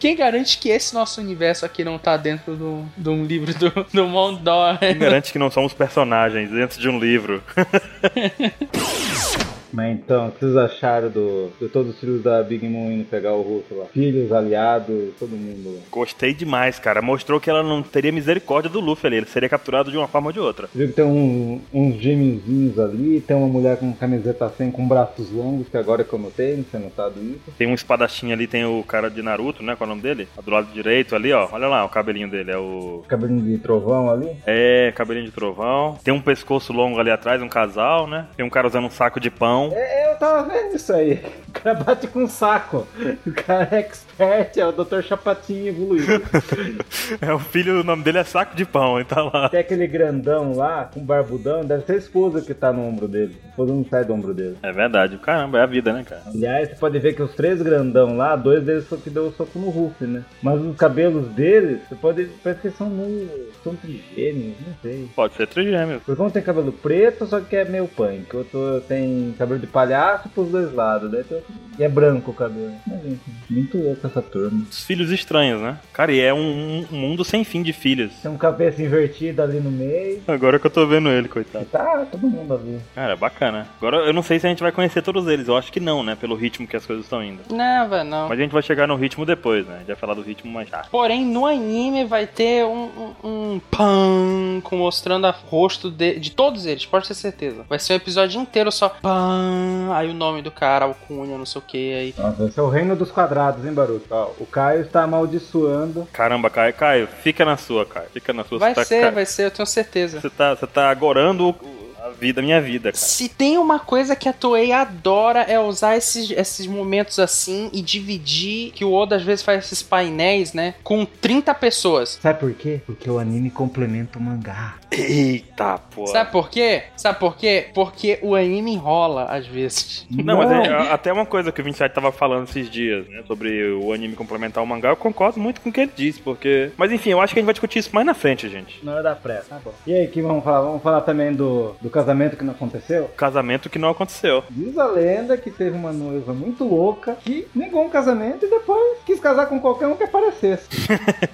B: Quem garante que esse nosso universo aqui não tá dentro do- de um livro do, do Mondor?
C: Quem garante que não somos personagens dentro de um livro?
D: Mas então, o que vocês acharam do, de todos os filhos da Big Mom indo pegar o Hulk lá? Filhos, aliados, todo mundo.
C: Gostei demais, cara. Mostrou que ela não teria misericórdia do Luffy ali. Ele seria capturado de uma forma ou de outra.
D: Viu que tem um- uns gêmeozinhos ali, tem uma mulher com camiseta sem, com braços longos, que agora é que eu notei, não tá tinha notado isso.
C: Tem um espadachim ali, tem o cara de Naruto, né? Qual é o nome dele? Do lado direito ali, ó. Olha lá o cabelinho dele. É o.
D: Cabelinho de trovão ali.
C: É, cabelinho de trovão. Tem um pescoço longo ali atrás, um casal, né? Tem um cara usando um saco de pão.
D: É, eu tava vendo isso aí. O cara bate com um saco. O cara é expert, é o Dr. Chapatinho evoluído.
C: É o filho, o nome dele é saco de pão, ele tá lá.
D: Tem aquele grandão lá, com barbudão, deve ser a esposa que tá no ombro dele. A esposa não sai do ombro dele.
C: É verdade, caramba, é a vida, né, cara?
D: Aliás, você pode ver que os três grandão lá, dois deles só que deu o soco no Hulk, né? Mas os cabelos deles, você pode. Parece que são meio. são trigêmeos, não sei.
C: Pode ser trigêmeo.
D: Porque um tem cabelo preto, só que é meio punk. Outro tem cabelo de palhaço pros dois lados. Daí tem outro- E é branco o cabelo. Mas, enfim, muito louco essa turma.
C: Os filhos estranhos, né? Cara, e é um, um mundo sem fim de filhos.
D: Tem um cabeça invertido ali no meio.
C: Agora que eu tô vendo ele, coitado.
D: E tá todo mundo ali.
C: Cara, é bacana. Agora eu não sei se a gente vai conhecer todos eles. Eu acho que não, né? Pelo ritmo que as coisas estão indo.
B: Não, vai não.
C: Mas a gente vai chegar no ritmo depois, né? A gente vai falar do ritmo mais tarde.
B: Porém, no anime vai ter um, um, um pan com mostrando o rosto de, de todos eles, pode ter certeza. Vai ser um episódio inteiro só pan, aí o nome do cara, alcunha, não sei o que, aí.
D: Nossa, esse é o reino dos quadrados, hein, Baruto? Ó, o Caio está amaldiçoando.
C: Caramba, Caio, Caio, fica na sua, Caio. Fica na sua.
B: Vai
C: você tá,
B: ser,
C: Caio,
B: vai ser, eu tenho certeza.
C: Você tá, você tá agorando o- o- a vida, a minha vida, cara.
B: Se tem uma coisa que a Toei adora é usar esses, esses momentos assim e dividir, que o Oda às vezes faz esses painéis, né, com 30 pessoas.
D: Sabe por quê? Porque o anime complementa o mangá.
C: Eita, pô.
B: Sabe por quê? Sabe por quê? Porque o anime enrola às vezes.
C: Não, mas é- é- até uma coisa que o 27 tava falando esses dias, né? Sobre o anime complementar o mangá, eu concordo muito com o que ele disse, porque. Mas enfim, eu acho que a gente vai discutir isso mais na frente, gente.
D: Na hora da pressa. Tá bom. E aí, que vamos falar? Vamos falar também do, do casamento que não aconteceu?
C: Casamento que não aconteceu.
D: Diz a lenda que teve uma noiva muito louca que negou um casamento e depois quis casar com qualquer um que aparecesse.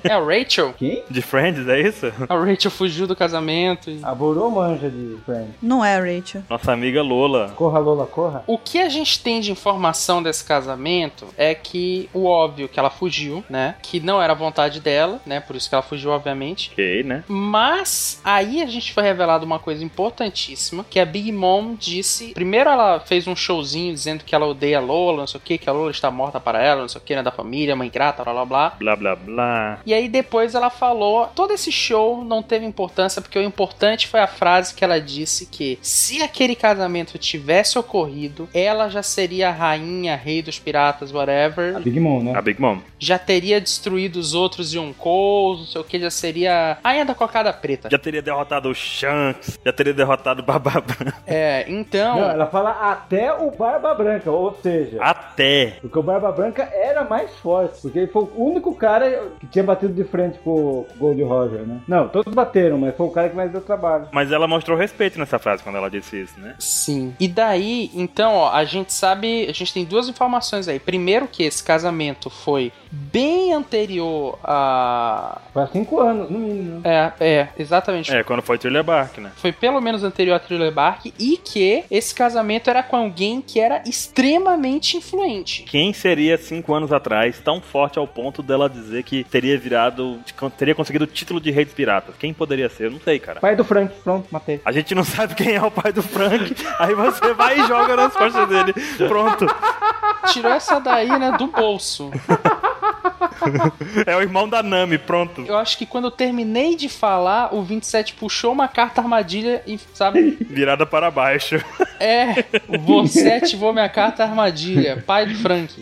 B: É a Rachel?
D: Quem?
C: De Friends, é isso?
B: A Rachel fugiu do casamento e...
D: Aborou manja de friend.
A: Não é, Rachel.
C: Nossa amiga Lola.
D: Corra, Lola, corra.
B: O que a gente tem de informação desse casamento é que o óbvio que ela fugiu, né? Que não era a vontade dela, né? Por isso que ela fugiu, obviamente.
C: Ok, né?
B: Mas aí a gente foi revelado uma coisa importantíssima, que a Big Mom disse, primeiro ela fez um showzinho dizendo que ela odeia a Lola, não sei o que, que a Lola está morta para ela, não sei o que, não é da família, mãe grata, blá blá blá.
C: Blá blá blá.
B: E aí depois ela falou, todo esse show não teve importância, porque o importante foi a frase que ela disse que se aquele casamento tivesse ocorrido, ela já seria a rainha, rei dos piratas,
D: A
B: whatever,
D: Big Mom, né?
C: A Ah, Big Mom.
B: já teria destruído os outros Yonkous, não sei o que, já seria a rainha da cocada preta.
C: Já teria derrotado o Shanks, já teria derrotado o Bababá.
B: É, então...
D: Não, ela fala até o Barba Branca, ou seja...
C: Até.
D: Porque o Barba Branca era mais forte. Porque ele foi o único cara que tinha batido de frente com o Gold Roger, né? Não, todos bateram, mas foi o cara que mais deu trabalho.
C: Mas ela mostrou respeito nessa frase quando ela disse isso, né?
B: Sim. E daí, então, ó, a gente sabe, a gente tem duas informações aí. Primeiro que esse casamento foi bem anterior a
D: Faz cinco anos, no mínimo. né?
B: é, é, exatamente.
C: É, quando foi Thriller Bark, né?
B: Foi pelo menos anterior a Thriller Bark e que esse casamento era com alguém que era extremamente influente.
C: Quem seria cinco anos atrás tão forte ao ponto dela dizer que teria virado, teria conseguido o título de Rei dos Piratas? Quem poderia ser? Eu não sei, cara.
D: Pai do Frank, pronto, matei.
C: A gente não sabe quem é o pai do Frank, aí você vai e joga nas costas dele. Pronto.
B: Tirou essa daí, né, do bolso.
C: É o irmão da Nami, pronto.
B: Eu acho que quando eu terminei de falar, o 27 puxou uma carta armadilha e, sabe,
C: Virada para baixo.
B: é, você ativou minha carta armadilha, pai de Frank.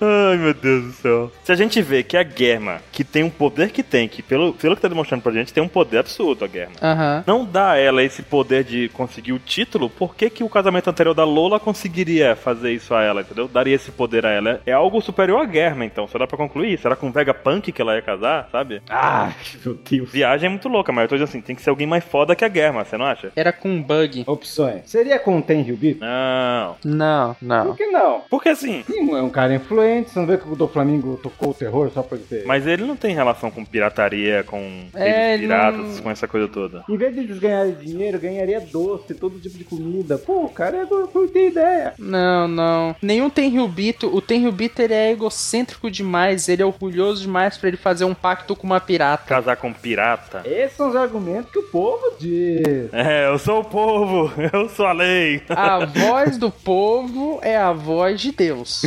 C: Ai, meu Deus do céu. Se a gente vê que a Germa, que tem um poder que tem, que pelo, pelo que tá demonstrando pra gente, tem um poder absurdo a Germa.
B: Aham.
C: Não dá a ela esse poder de conseguir o título, por que, que o casamento anterior da Lola conseguiria fazer isso a ela, entendeu? Daria esse poder a ela. É algo superior à Germa, então. Só dá pra concluir isso. Será com o Vegapunk que ela ia casar, sabe?
D: Ai, meu Deus.
C: Viagem é muito louca, mas eu tô dizendo assim, tem que ser alguém mais foda que a Germa, você não acha?
B: Era com um bug.
D: Opções. Seria com o Tenryubi?
C: Não.
B: Não,
D: Por
B: não.
D: que não?
C: Porque assim,
D: Sim, é um cara influente. Você não vê que o do Flamengo tocou o terror só por ter.
C: mas ele não tem relação com pirataria, com
B: É,
C: redes
B: ele
C: piratas,
B: não-
C: com essa coisa toda.
D: Em vez de eles ganharem dinheiro, ganharia doce, todo tipo de comida. Pô, o cara, eu curti a ideia.
B: Não, não. Nenhum Tenryubito. O Tenryubito ele é egocêntrico demais, ele é orgulhoso demais pra ele fazer um pacto com uma pirata.
C: Casar com pirata?
D: Esses são os argumentos que o povo diz.
C: É, eu sou o povo, eu sou a lei.
B: A voz do povo é a voz de Deus.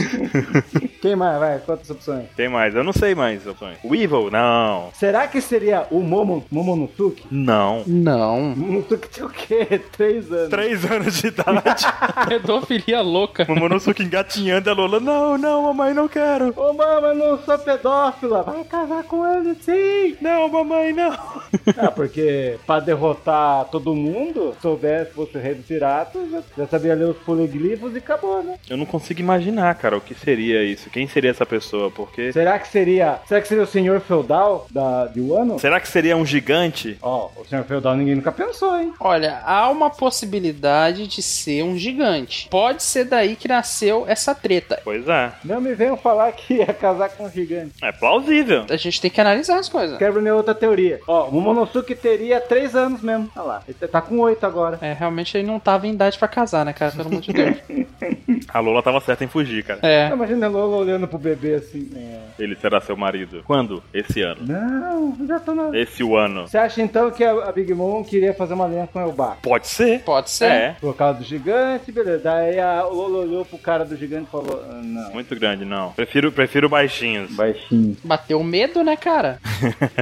D: Quem mais? Vai, quantas opções?
C: Tem mais, eu não sei mais opções. O Evil? Não.
D: Será que seria o Momo, Momonosuke?
C: Não.
B: Não.
D: Momonosuke tinha o quê? Três anos.
C: Três anos de idade,
B: Pedofilia louca.
C: Momonosuke engatinhando a Lola. Não, não, mamãe, não quero.
D: Ô, mama, eu não sou pedófila. Vai casar com ele, sim.
C: Não, mamãe, não.
D: Ah, porque pra derrotar todo mundo, se soubesse que fosse o rei dos piratas, já- já sabia ler os poliglifos e acabou, né?
C: Eu não consigo imaginar, cara, o que seria isso. Quem seria essa pessoa? Porque.
D: Será que seria. Será que seria o senhor feudal da, de Wano?
C: Será que seria um gigante?
D: Ó, o senhor feudal ninguém nunca pensou, hein?
B: Olha, há uma possibilidade de ser um gigante. Pode ser daí que nasceu essa treta.
C: Pois é.
D: Não me venham falar que ia casar com um gigante.
C: É plausível.
B: A gente tem que analisar as coisas.
D: Quebra minha outra teoria. Ó, o Momonosuke teria três anos mesmo. Olha lá, ele tá com oito agora.
B: É, realmente ele não tava em idade pra casar, né, cara? Pelo amor de Deus.
C: A Lola tava certa em fugir, cara.
B: É.
D: Não, Imagina a Lola olhando pro bebê assim. é.
C: Ele será seu marido. Quando? Esse ano.
D: Não, já tô na.
C: Esse o ano.
D: Você acha então que a a Big Mom queria fazer uma linha com o Elba?
C: Pode ser.
B: Pode ser.
C: É.
D: Por causa do gigante, beleza. Daí a Lola olhou pro cara do gigante e falou: "Ah, Não.
C: Muito grande, não. Prefiro, prefiro baixinhos.
D: Baixinho.
B: Bateu medo, né, cara?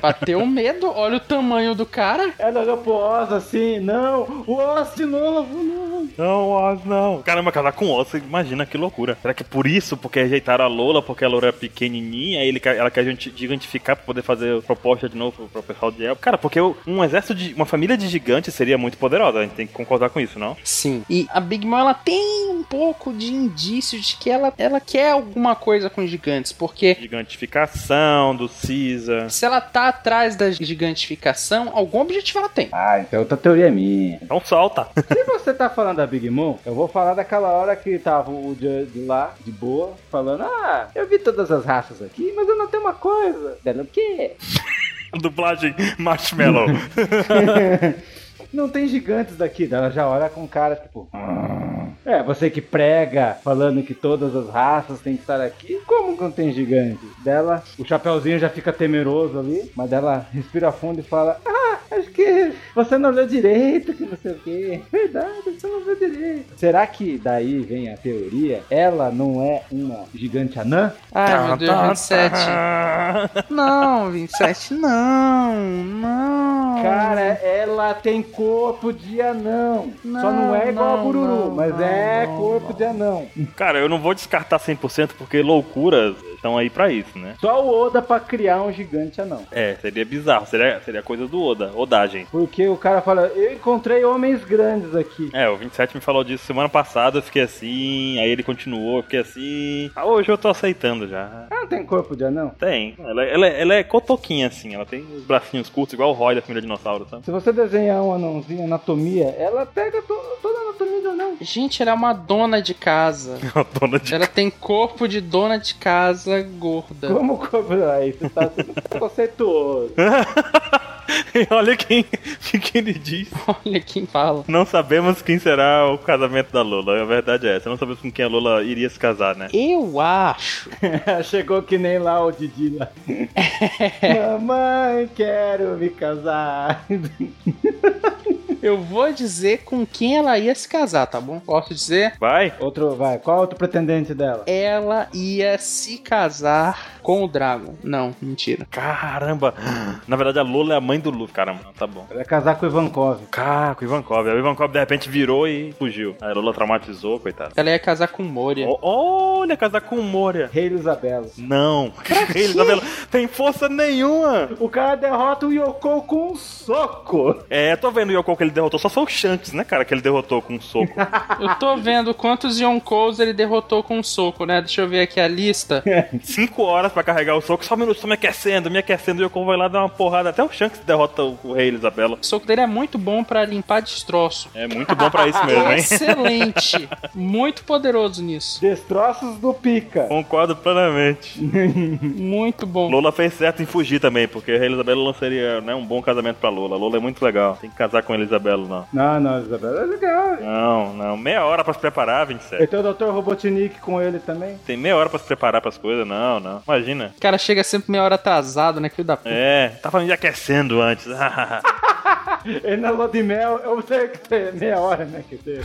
B: Bateu medo, olha o tamanho do cara.
D: Ela olhou pro Oz assim: Não, o Oz de novo, não.
C: Não, Oz, não. Caramba, casar com Oz, você imagina que loucura. Será que é por isso, porque rejeitaram a Lola, porque ela era pequenininha, aí ele, quer- ela quer gente- gigantificar pra poder fazer proposta de novo pro pessoal de época? Cara, porque um exército de. Uma família de gigantes seria muito poderosa, a gente tem que concordar com isso, não?
B: Sim. E a Big Mom, ela tem um pouco de indício de que ela, ela quer alguma coisa com os gigantes, porque
C: Gigantificação do Caesar.
B: se ela tá atrás da gigantificação, algum objetivo ela tem.
D: Ah, então outra teoria é minha.
C: Então solta.
D: Se você tá falando da Big Mom, eu vou falar daquela hora que tava o Judge lá, de boa, falando: Ah, eu vi todas as raças aqui, mas eu não tenho uma coisa. Dela, o quê?
C: Dublagem Marshmallow.
D: Não tem gigantes daqui. Daí Ela já olha com cara tipo. É, você que prega falando que todas as raças têm que estar aqui. Como que não tem gigante? Dela, o chapeuzinho já fica temeroso ali, mas dela respira fundo e fala: Ah, acho que você não olhou direito, que não sei o quê. Verdade, você não olhou direito. Será que daí vem a teoria? Ela não é uma gigante anã? Ah,
B: Ai, meu
D: tá,
B: Deus, 27. Não, 27, não, não.
D: Cara, é ela tem corpo de anão.
B: Não,
D: Só não é igual
B: não,
D: a Bururu,
B: não,
D: mas
B: não,
D: é
B: não,
D: corpo
B: não.
D: de anão.
C: Cara, eu não vou descartar 100% porque loucuras estão aí pra isso, né?
D: Só o Oda pra criar um gigante anão.
C: É, seria bizarro. Seria, seria coisa do Oda. Odagem.
D: Porque o cara fala, eu encontrei homens grandes aqui.
C: É, o 27 me falou disso semana passada, eu fiquei assim, aí ele continuou, eu fiquei assim. Ah, hoje eu tô aceitando já.
D: Ela não tem corpo de anão?
C: Tem. Ela, ela, ela é cotoquinha, assim, ela tem os bracinhos curtos, igual o Roy da família dinossauro, sabe?
D: Se você desenhar um anãozinho, anatomia, ela pega to- toda a anatomia do anão.
B: Gente, ela é uma dona de casa.
C: A é dona de.
B: Ela tem corpo de dona de casa gorda.
D: Como o corpo... Aí você tá sendo preconceituoso.
C: Olha quem, quem ele diz.
B: Olha quem fala.
C: Não sabemos quem será o casamento da Lola. A verdade é essa. Não sabemos com quem a Lola iria se casar, né?
B: Eu acho.
D: Chegou que nem lá o Didi né? lá. Mamãe, quero me casar.
B: Eu vou dizer com quem ela ia se casar, tá bom? Posso dizer?
C: Vai?
D: Outro, vai. Qual é outro pretendente dela?
B: Ela ia se casar com o Dragon. Não, mentira.
C: Caramba. Na verdade, a Lola é a mãe do Luffy. Caramba, não, tá bom.
D: Ela ia casar com o Ivankov.
C: Caraca, o Ivankov. Aí O Ivankov, de repente, virou e fugiu. A Lola traumatizou, coitado.
B: Ela ia casar com o Moria.
C: O- Olha, casar com o Moria.
D: Rei Elizabeth.
C: Não. Ele, Isabela, tem força nenhuma.
D: O cara derrota o Yoko com um soco.
C: É, tô vendo o Yoko que ele derrotou. Só foi o Shanks, né, cara, que ele derrotou com um soco.
B: Eu tô vendo quantos Yonkous ele derrotou com um soco, né? Deixa eu ver aqui a lista.
C: Cinco horas pra carregar o soco. Só um minuto, tô me aquecendo, me aquecendo. O Yoko vai lá dar uma porrada. Até o Shanks derrota o o rei Isabela.
B: O soco dele é muito bom pra limpar destroço.
C: É muito bom pra isso mesmo, hein?
B: Excelente. Muito poderoso nisso.
D: Destroços do pica.
C: Concordo plenamente.
B: Muito bom.
C: Lola fez certo em fugir também, porque a Elisabela lançaria né, um bom casamento pra Lola. Lola é muito legal. Tem que casar com a Elisabela, não.
D: Não, não, Elizabeth. É legal.
C: Não, não. Meia hora pra se preparar, 27.
D: Então o Dr. Robotnik com ele também.
C: Tem meia hora pra se preparar pras coisas, não, não. Imagina.
B: O cara chega sempre meia hora atrasado, né? Filho da puta.
C: É, tava me aquecendo antes.
D: Ele na lua de mel, eu sei que tem meia hora, né? Que tem.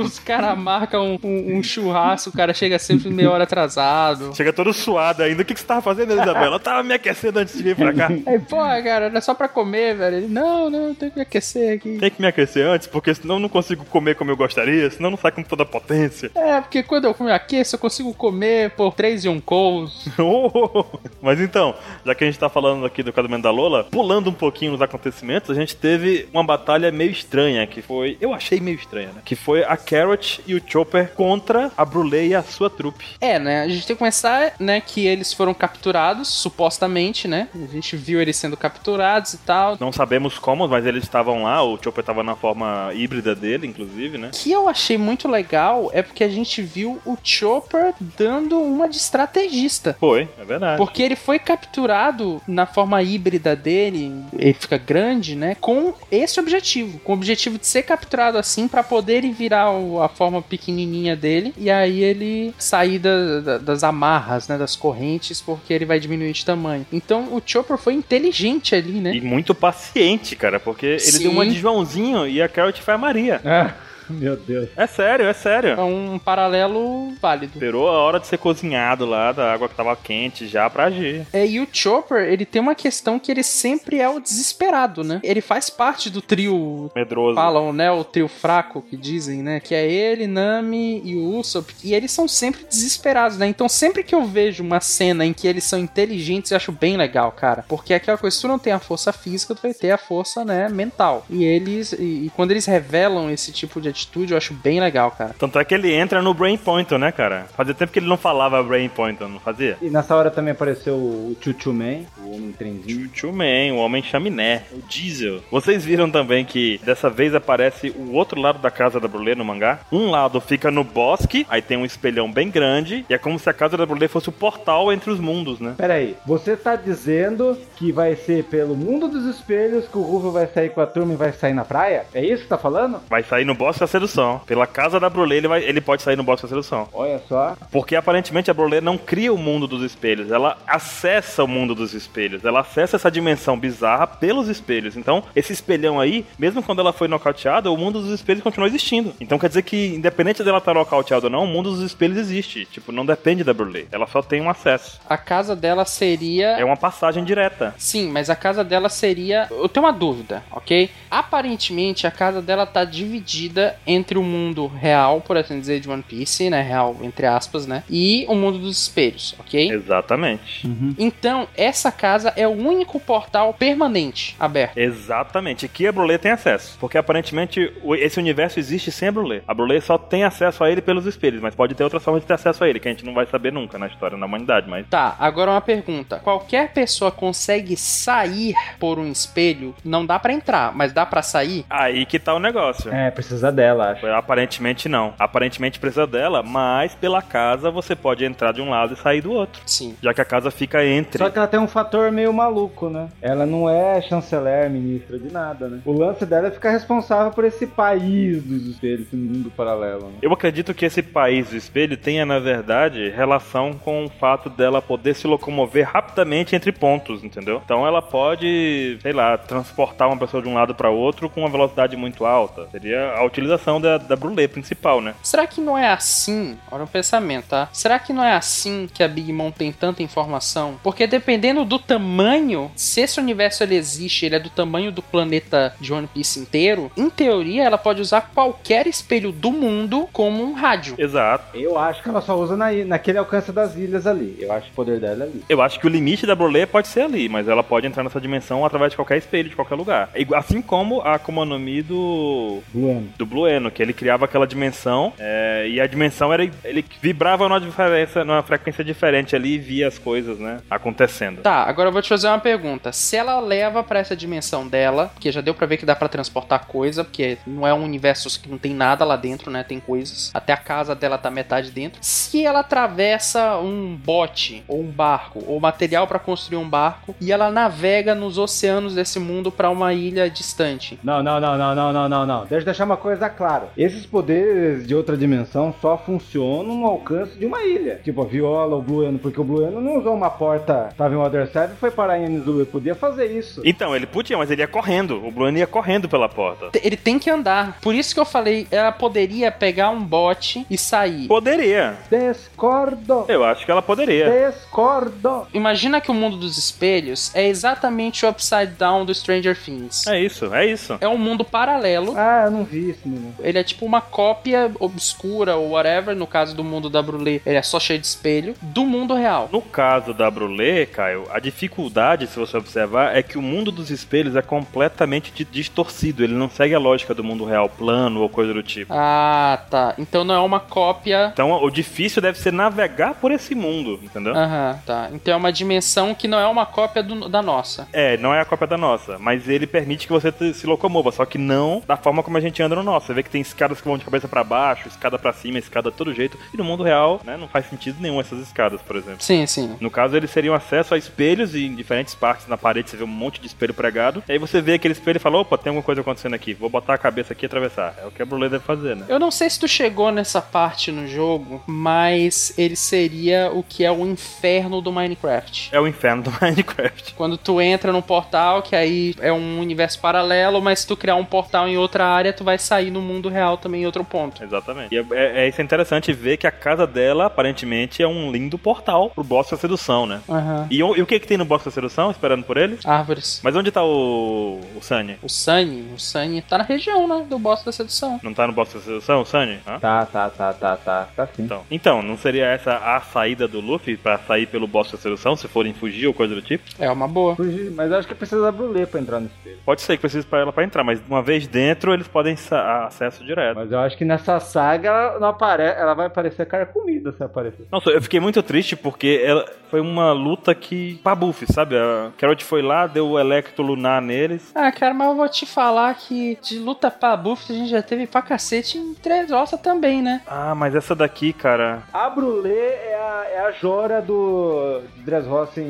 B: Os caras marcam um, um- um churrasco, o cara chega sempre meia hora atrasado.
C: Chega todo suado ainda. O que, que você tava fazendo, Elisabela? Eu tava me aquecendo antes de vir pra cá.
B: Aí, pô, cara, era só pra comer, velho. Ele, não, não, tem que aquecer aqui.
C: Tem que me aquecer antes, porque senão eu não consigo comer como eu gostaria, senão eu não sai com toda a potência.
B: É, porque quando eu me aqueço, eu consigo comer por três yonkous.
C: Oh! Mas então, já que a gente tá falando aqui do casamento da Lola, pulando um pouquinho os acontecimentos, a gente teve uma batalha meio estranha, que foi. Eu achei meio estranha, né? Que foi a Carrot e o Chopper contra a Brulee e a sua trupe.
B: É, né? A gente tem que começar, né? Que eles foram capturados, supostamente, né? A gente viu eles sendo capturados e tal.
C: Não sabemos como, mas eles estavam lá, o Chopper tava na forma híbrida dele, inclusive, né?
B: O que eu achei muito legal é porque a gente viu o Chopper dando uma de estrategista.
C: Foi, é verdade.
B: Porque ele foi capturado na forma híbrida dele, ele fica grande, né? Com esse objetivo. Com o objetivo de ser capturado assim pra poder ele virar o- a forma pequenininha dele. E aí ele sair da- da- das amarras, né? Das correntes, porque ele vai diminuir de tamanho. Então o Chopper foi inteligente ali, né?
C: E muito paciente, cara, porque ele
B: Sim.
C: deu uma de Joãozinho e a Carrot foi a Maria.
D: Ah, meu Deus.
C: É sério, é sério.
B: É um paralelo válido.
C: Esperou a hora de ser cozinhado lá, da água que tava quente já pra agir.
B: É, e o Chopper, ele tem uma questão que ele sempre é o desesperado, né? Ele faz parte do trio
C: Medroso.
B: falam, né, o trio fraco que dizem, né, que é ele, Nami e o Usopp, e eles são sempre desesperados, né? Então sempre que eu vejo uma cena em que eles são inteligentes, eu acho bem legal, cara, porque é aquela coisa, se tu não tem a força física, tu vai ter a força, né, mental. E eles e, e quando eles revelam esse tipo de atitude, eu acho bem legal, cara.
C: Tanto é que ele entra no Brain Pointer, né, cara? Fazia tempo que ele não falava Brain Pointer, não fazia?
D: E nessa hora também apareceu o Chuchu Man, o homem trenzinho.
C: Chuchu Man, o Homem Chaminé, o Diesel. Vocês viram também que dessa vez aparece o outro lado da casa da Brulé no mangá? Um lado fica no bosque, aí tem um espelhão bem grande, e é como se a casa da Brulé fosse o portal entre os mundos, né?
D: Pera aí, você tá dizendo que vai ser pelo mundo dos espelhos que o Ruffy vai sair com a turma e vai sair na praia? É isso que tá falando?
C: Vai sair no bosque da sedução. Pela casa da Brulé, ele, vai- ele pode sair no bosque da sedução.
D: Olha só.
C: Porque aparentemente a Brolé não cria o mundo dos espelhos, ela acessa o mundo dos espelhos, ela acessa essa dimensão bizarra pelos espelhos. Então, esse espelhão aí, mesmo quando ela foi nocauteada, o mundo dos espelhos continua existindo. Então quer dizer que, independente dela estar nocauteada ou não, o mundo dos espelhos existe. Tipo, não depende da Brolé, ela só tem um acesso.
B: A casa dela seria
C: É uma passagem direta.
B: Sim, mas a casa dela seria. Eu tenho uma dúvida, ok? Aparentemente a casa dela tá dividida entre o mundo real, por assim dizer, de One Piece, né? Real, entre aspas, né? E o mundo dos espelhos, ok?
C: Exatamente.
B: Então, essa casa é o único portal permanente aberto.
C: Exatamente. Que a Brulé tem acesso. Porque aparentemente o- esse universo existe sem a Brulé. A Brulé só tem acesso a ele pelos espelhos, mas pode ter outras formas de ter acesso a ele, que a gente não vai saber nunca na história da humanidade, mas.
B: Tá, agora uma pergunta. Qualquer pessoa consegue sair por um espelho? Não dá pra entrar, mas dá pra sair?
C: Aí que tá o negócio.
D: É, precisa dela, acho.
C: Aparentemente não. Aparentemente precisa dela, mas pela casa você pode entrar de um lado e sair do outro.
B: Sim.
C: Já que a casa fica entre.
D: Só que ela tem um fator meio maluco, né? Ela não é chanceler, ministra de nada, né? O lance dela é ficar responsável por esse país dos espelhos, esse mundo paralelo, né?
C: Eu acredito que esse país do espelho tenha, na verdade, relação com o fato dela poder se locomover rapidamente entre pontos, entendeu? Então ela pode, sei lá, transportar uma pessoa de um lado para outro com uma velocidade muito alta. Seria a utilização da, da brulé principal, né?
B: Será que não é assim? Olha o pensamento, tá? Será que não é assim que a Big Mom tem tanta informação? Porque dependendo do tamanho, se esse universo ele existe, ele é do tamanho do planeta de One Piece inteiro, em teoria ela pode usar qualquer espelho do mundo como um rádio.
C: Exato.
D: Eu acho que ela só usa na, naquele alcance das ilhas ali. Eu acho que o poder dela é ali.
C: Eu acho que o limite da brulé pode ser ali, mas ela pode entrar nessa dimensão através de qualquer espelho, de qualquer lugar. Igu- Assim como a Akuma no Mi do
D: Bluano.
C: do Blueno, que ele criava aquela dimensão é, e a dimensão era ele vibrava numa diferença, numa frequência diferente ali e via as coisas, né, acontecendo.
B: Tá, agora eu vou te fazer uma pergunta. Se ela leva pra essa dimensão dela, que já deu pra ver que dá pra transportar coisa, porque não é um universo que não tem nada lá dentro, né? Tem coisas. Até a casa dela tá metade dentro. Se ela atravessa um bote, ou um barco, ou material pra construir um barco, e ela navega nos oceanos desse mundo pra uma ilha distante.
D: Não, não, não, não, não, não, não, não. Deixa eu deixar uma coisa clara. Esses poderes de outra dimensão só funcionam no alcance de uma ilha. Tipo a Viola, o Blueno, porque o Blueno não usou uma porta pra vir um Other Side e foi parar em Enizu. Ele podia fazer isso.
C: Então, ele podia, mas ele ia correndo. O Blueno ia correndo pela porta.
B: Te- Ele tem que andar. Por isso que eu falei, ela poderia pegar um bote e sair.
C: Poderia.
D: Descordo!
C: Eu acho que ela poderia.
D: Descordo!
B: Imagina que o mundo dos espelhos é exatamente o upside down do Stranger Things.
C: É isso, é isso.
B: É um mundo paralelo.
D: Ah, eu não vi isso, menino.
B: Ele é tipo uma cópia obscura ou whatever. No caso do mundo da Brulé, ele é só cheio de espelho. Do mundo real.
C: No caso da Brulé, Caio, a dificuldade, se você observar, é que o mundo dos espelhos é completamente di- distorcido. Ele não segue a lógica do mundo real plano ou coisa do tipo.
B: Ah, tá. Então não é uma cópia.
C: Então, o difícil deve ser navegar por esse mundo, entendeu?
B: Aham, tá. Então é uma dimensão que não é uma cópia do- da nossa.
C: É, não é a cópia da nossa, mas ele permite que você te- se locomova, só que não da forma como a gente anda no nosso. Você vê que tem escadas que vão de cabeça pra baixo, escada pra cima, escada de todo jeito, e no mundo real, né, não faz sentido nenhum essas escadas, por exemplo.
B: Sim, sim.
C: No caso, eles seriam acesso a espelhos e em diferentes partes na parede você vê um monte de espelho pregado. E aí você vê aquele espelho e fala: opa, tem alguma coisa acontecendo aqui, vou botar a cabeça aqui e atravessar. É o que a Brulé deve fazer, né?
B: Eu não sei se tu chegou nessa parte no jogo, mas ele seria o que é o inferno do Minecraft.
C: É o inferno do Minecraft.
B: Quando tu entra num portal, que aí é um universo paralelo, mas se tu criar um portal em outra área, tu vai sair no mundo real também em outro ponto.
C: Exatamente. E é, é- é- isso é interessante ver que a casa dela, aparentemente, é um lindo portal pro boss da sedução, né?
B: Aham.
C: E, o- e o que que tem no boss da sedução, esperando por ele?
B: Árvores.
C: Mas onde tá o, o Sunny?
B: O Sunny, o Sunny tá na região, né? Do boss da sedução.
C: Não tá no boss da sedução, o Sunny? Hã?
D: Tá, tá, tá, tá, tá. Tá sim.
C: Então, então, não seria essa a saída do Luffy pra sair pelo boss da sedução, se forem fugir ou coisa do tipo?
B: É uma boa.
D: Fugir, mas eu acho que precisa da brulê pra entrar no espelho.
C: Pode ser que precise pra ela pra entrar, mas uma vez dentro eles podem sa- acesso direto.
D: Mas eu acho que nessa saga ela, não apare- ela vai aparecer carcomida se aparecer.
C: Nossa, eu fiquei muito triste porque ela foi uma luta que. pra buff, sabe? A Carrot foi lá, deu o Electro Lunar neles.
B: Ah, cara, mas eu vou te falar que de luta pra buff a gente já teve pra cacete em três ossos também, né?
C: Ah, mas essa daqui, cara.
D: A brulê é a, é a Jora do de Dressrosa em...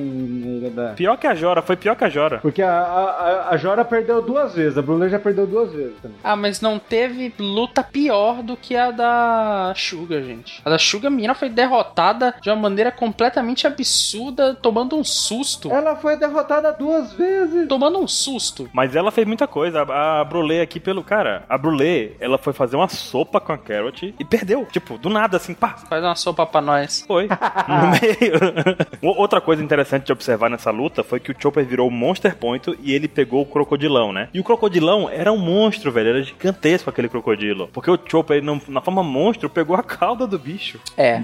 D: em- da-
C: Pior que a Jora, foi pior que a Jora.
D: Porque a, a, a- a Jora perdeu duas vezes, a brulê já perdeu duas vezes também.
B: Ah, mas não teve luta pior do que a da Suga, gente. A da Suga, a menina foi derrotada de uma maneira completamente absurda, tomando um susto.
D: Ela foi derrotada duas vezes!
B: Tomando um susto.
C: Mas ela fez muita coisa. A, a Brulé aqui pelo. Cara, a Brulé, ela foi fazer uma sopa com a Carrot e perdeu. Tipo, do nada, assim, pá.
B: Faz uma sopa pra nós.
C: Foi. No meio. O- Outra coisa interessante de observar nessa luta foi que o Chopper virou o Monster Point e ele pegou o crocodilão, né? E o crocodilão era um monstro, velho. Era gigantesco aquele crocodilo. Porque o Chopper, não- na forma monstro, pegou a cauda do bicho.
B: É.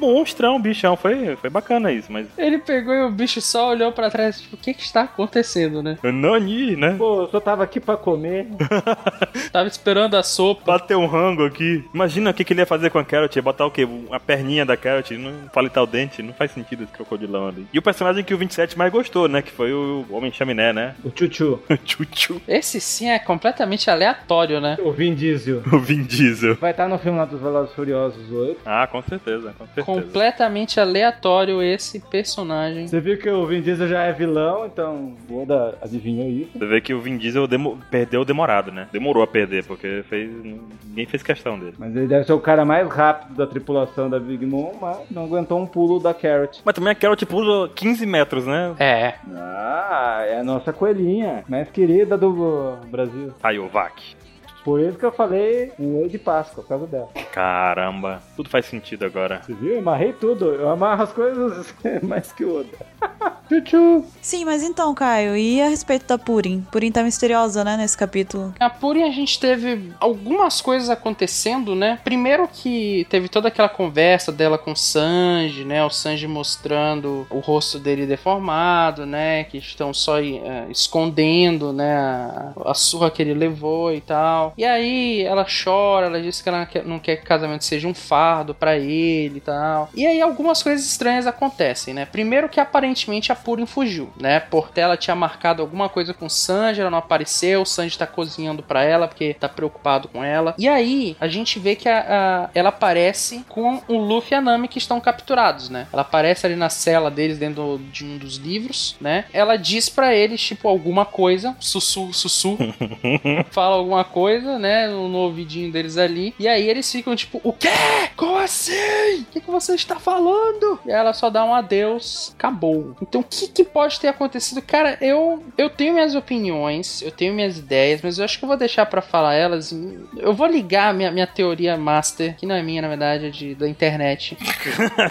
C: Monstrão, bichão. Foi, foi bacana isso, mas.
B: Ele pegou e o bicho só olhou pra trás, tipo, o que que está acontecendo, né?
C: Nani, né?
D: Pô, eu só tava aqui pra comer.
B: Tava esperando a sopa.
C: Bateu um rango aqui. Imagina o que, que ele ia fazer com a Carrot. Ia botar o quê? A perninha da Carrot. Não, um palitar o dente. Não faz sentido esse crocodilão ali. E o personagem que o 27 mais gostou, né? Que foi o Homem Chaminé, né?
D: O Chuchu,
C: O Chuchu.
B: Esse sim é completamente aleatório, né?
D: o Vin Diesel.
C: O Vin Diesel.
D: Vai estar no filme lá dos Velozes e Furiosos 8.
C: Ah, com certeza, com certeza.
B: Completamente aleatório esse personagem.
D: Você viu que o Vin Diesel já é vilão, então o Oda adivinhou isso.
C: Você vê que o Vin Diesel demo- perdeu demorado, né? Demorou a perder, porque fez... ninguém fez questão dele.
D: Mas ele deve ser o cara mais rápido da tripulação da Big Mom, mas não aguentou um pulo da Carrot.
C: Mas também a Carol, tipo, pula 15 metros, né?
B: É,
D: Ah, é a nossa coelhinha, mais querida do Brasil.
C: Rayovac.
D: Por isso que eu falei o Ei de Páscoa, por causa dela.
C: Caramba, tudo faz sentido agora.
D: Você viu? Eu amarrei tudo. Eu amarro as coisas mais que o Oda. Tchutchu.
A: Sim, mas então, Caio, e a respeito da Purim? Purim tá misteriosa, né, nesse capítulo.
B: A Puri a gente teve algumas coisas acontecendo, né? Primeiro que teve toda aquela conversa dela com o Sanji, né? O Sanji mostrando o rosto dele deformado, né? Que estão só eh, escondendo, né? A, a surra que ele levou e tal. E aí ela chora, ela diz que ela quer- não quer que o casamento seja um fardo pra ele e tal. E aí algumas coisas estranhas acontecem, né? Primeiro que aparentemente a Purim fugiu, né? Portela tinha marcado alguma coisa com o Sanji, ela não apareceu, o Sanji tá cozinhando pra ela porque tá preocupado com ela. E aí a gente vê que a- a- ela aparece com o Luffy e a Nami que estão capturados, né? Ela aparece ali na cela deles dentro de um dos livros, né? Ela diz pra eles tipo alguma coisa, sussurro, sussurro, fala alguma coisa, né, no, no ouvidinho deles ali. E aí eles ficam tipo, o quê? Como assim? O que, que você está falando? E aí ela só dá um adeus, acabou. Então o que, que pode ter acontecido? Cara, eu, eu tenho minhas opiniões, eu tenho minhas ideias, mas eu acho que eu vou deixar pra falar elas. em- Eu vou ligar minha, minha teoria master, que não é minha, na verdade, é de, da internet.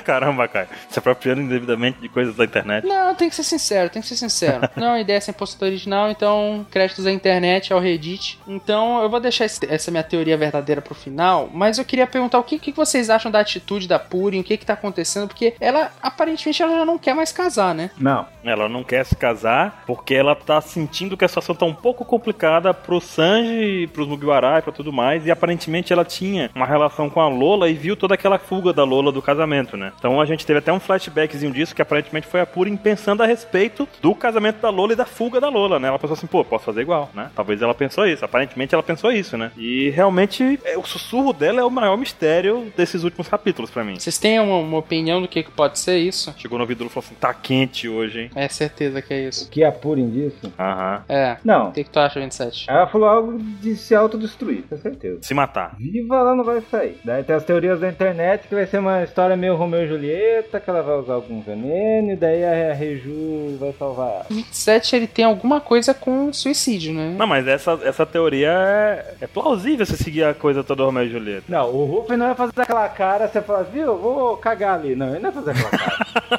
C: Caramba, cara. Se apropriando indevidamente de coisas da internet.
B: Não, tem que ser sincero, tem que ser sincero. Não, a ideia é sem posto original, então créditos à internet, ao Reddit. Então eu vou deixar esse- essa minha teoria verdadeira pro final, mas eu queria perguntar o que, que vocês acham da atitude da Purim, o que que tá acontecendo, porque ela, aparentemente, ela já não quer mais casar, né?
D: Não.
C: Ela não quer se casar porque ela tá sentindo que a situação tá um pouco complicada pro Sanji, pros Mugiwara e pra tudo mais. E aparentemente ela tinha uma relação com a Lola e viu toda aquela fuga da Lola do casamento, né? Então a gente teve até um flashbackzinho disso que aparentemente foi a Purim pensando a respeito do casamento da Lola e da fuga da Lola, né? Ela pensou assim, pô, posso fazer igual, né? Talvez ela pensou isso. Aparentemente ela pensou isso, né? E realmente é, o sussurro dela é o maior mistério desses últimos capítulos pra mim.
B: Vocês têm uma, uma opinião do que, que pode ser isso?
C: Chegou no ouvido e falou assim: tá quente hoje, hein?
B: É certeza que é isso.
D: Que apurem disso?
C: Aham.
B: É.
D: Não.
B: O que, que tu acha, 27?
D: Ela falou algo de se autodestruir, com certeza.
C: Se matar.
D: Viva ela não vai sair. Daí tem as teorias da internet que vai ser uma história meio Romeu e Julieta, que ela vai usar algum veneno, e daí a Reju vai salvar ela.
B: 27, ele tem alguma coisa com suicídio, né?
C: Não, mas essa, essa teoria é, é plausível se seguir a coisa toda do Romeu e Julieta.
D: Não, o Ruffy não vai fazer aquela cara, você fala, viu, eu vou cagar ali. Não, ele não vai fazer aquela cara.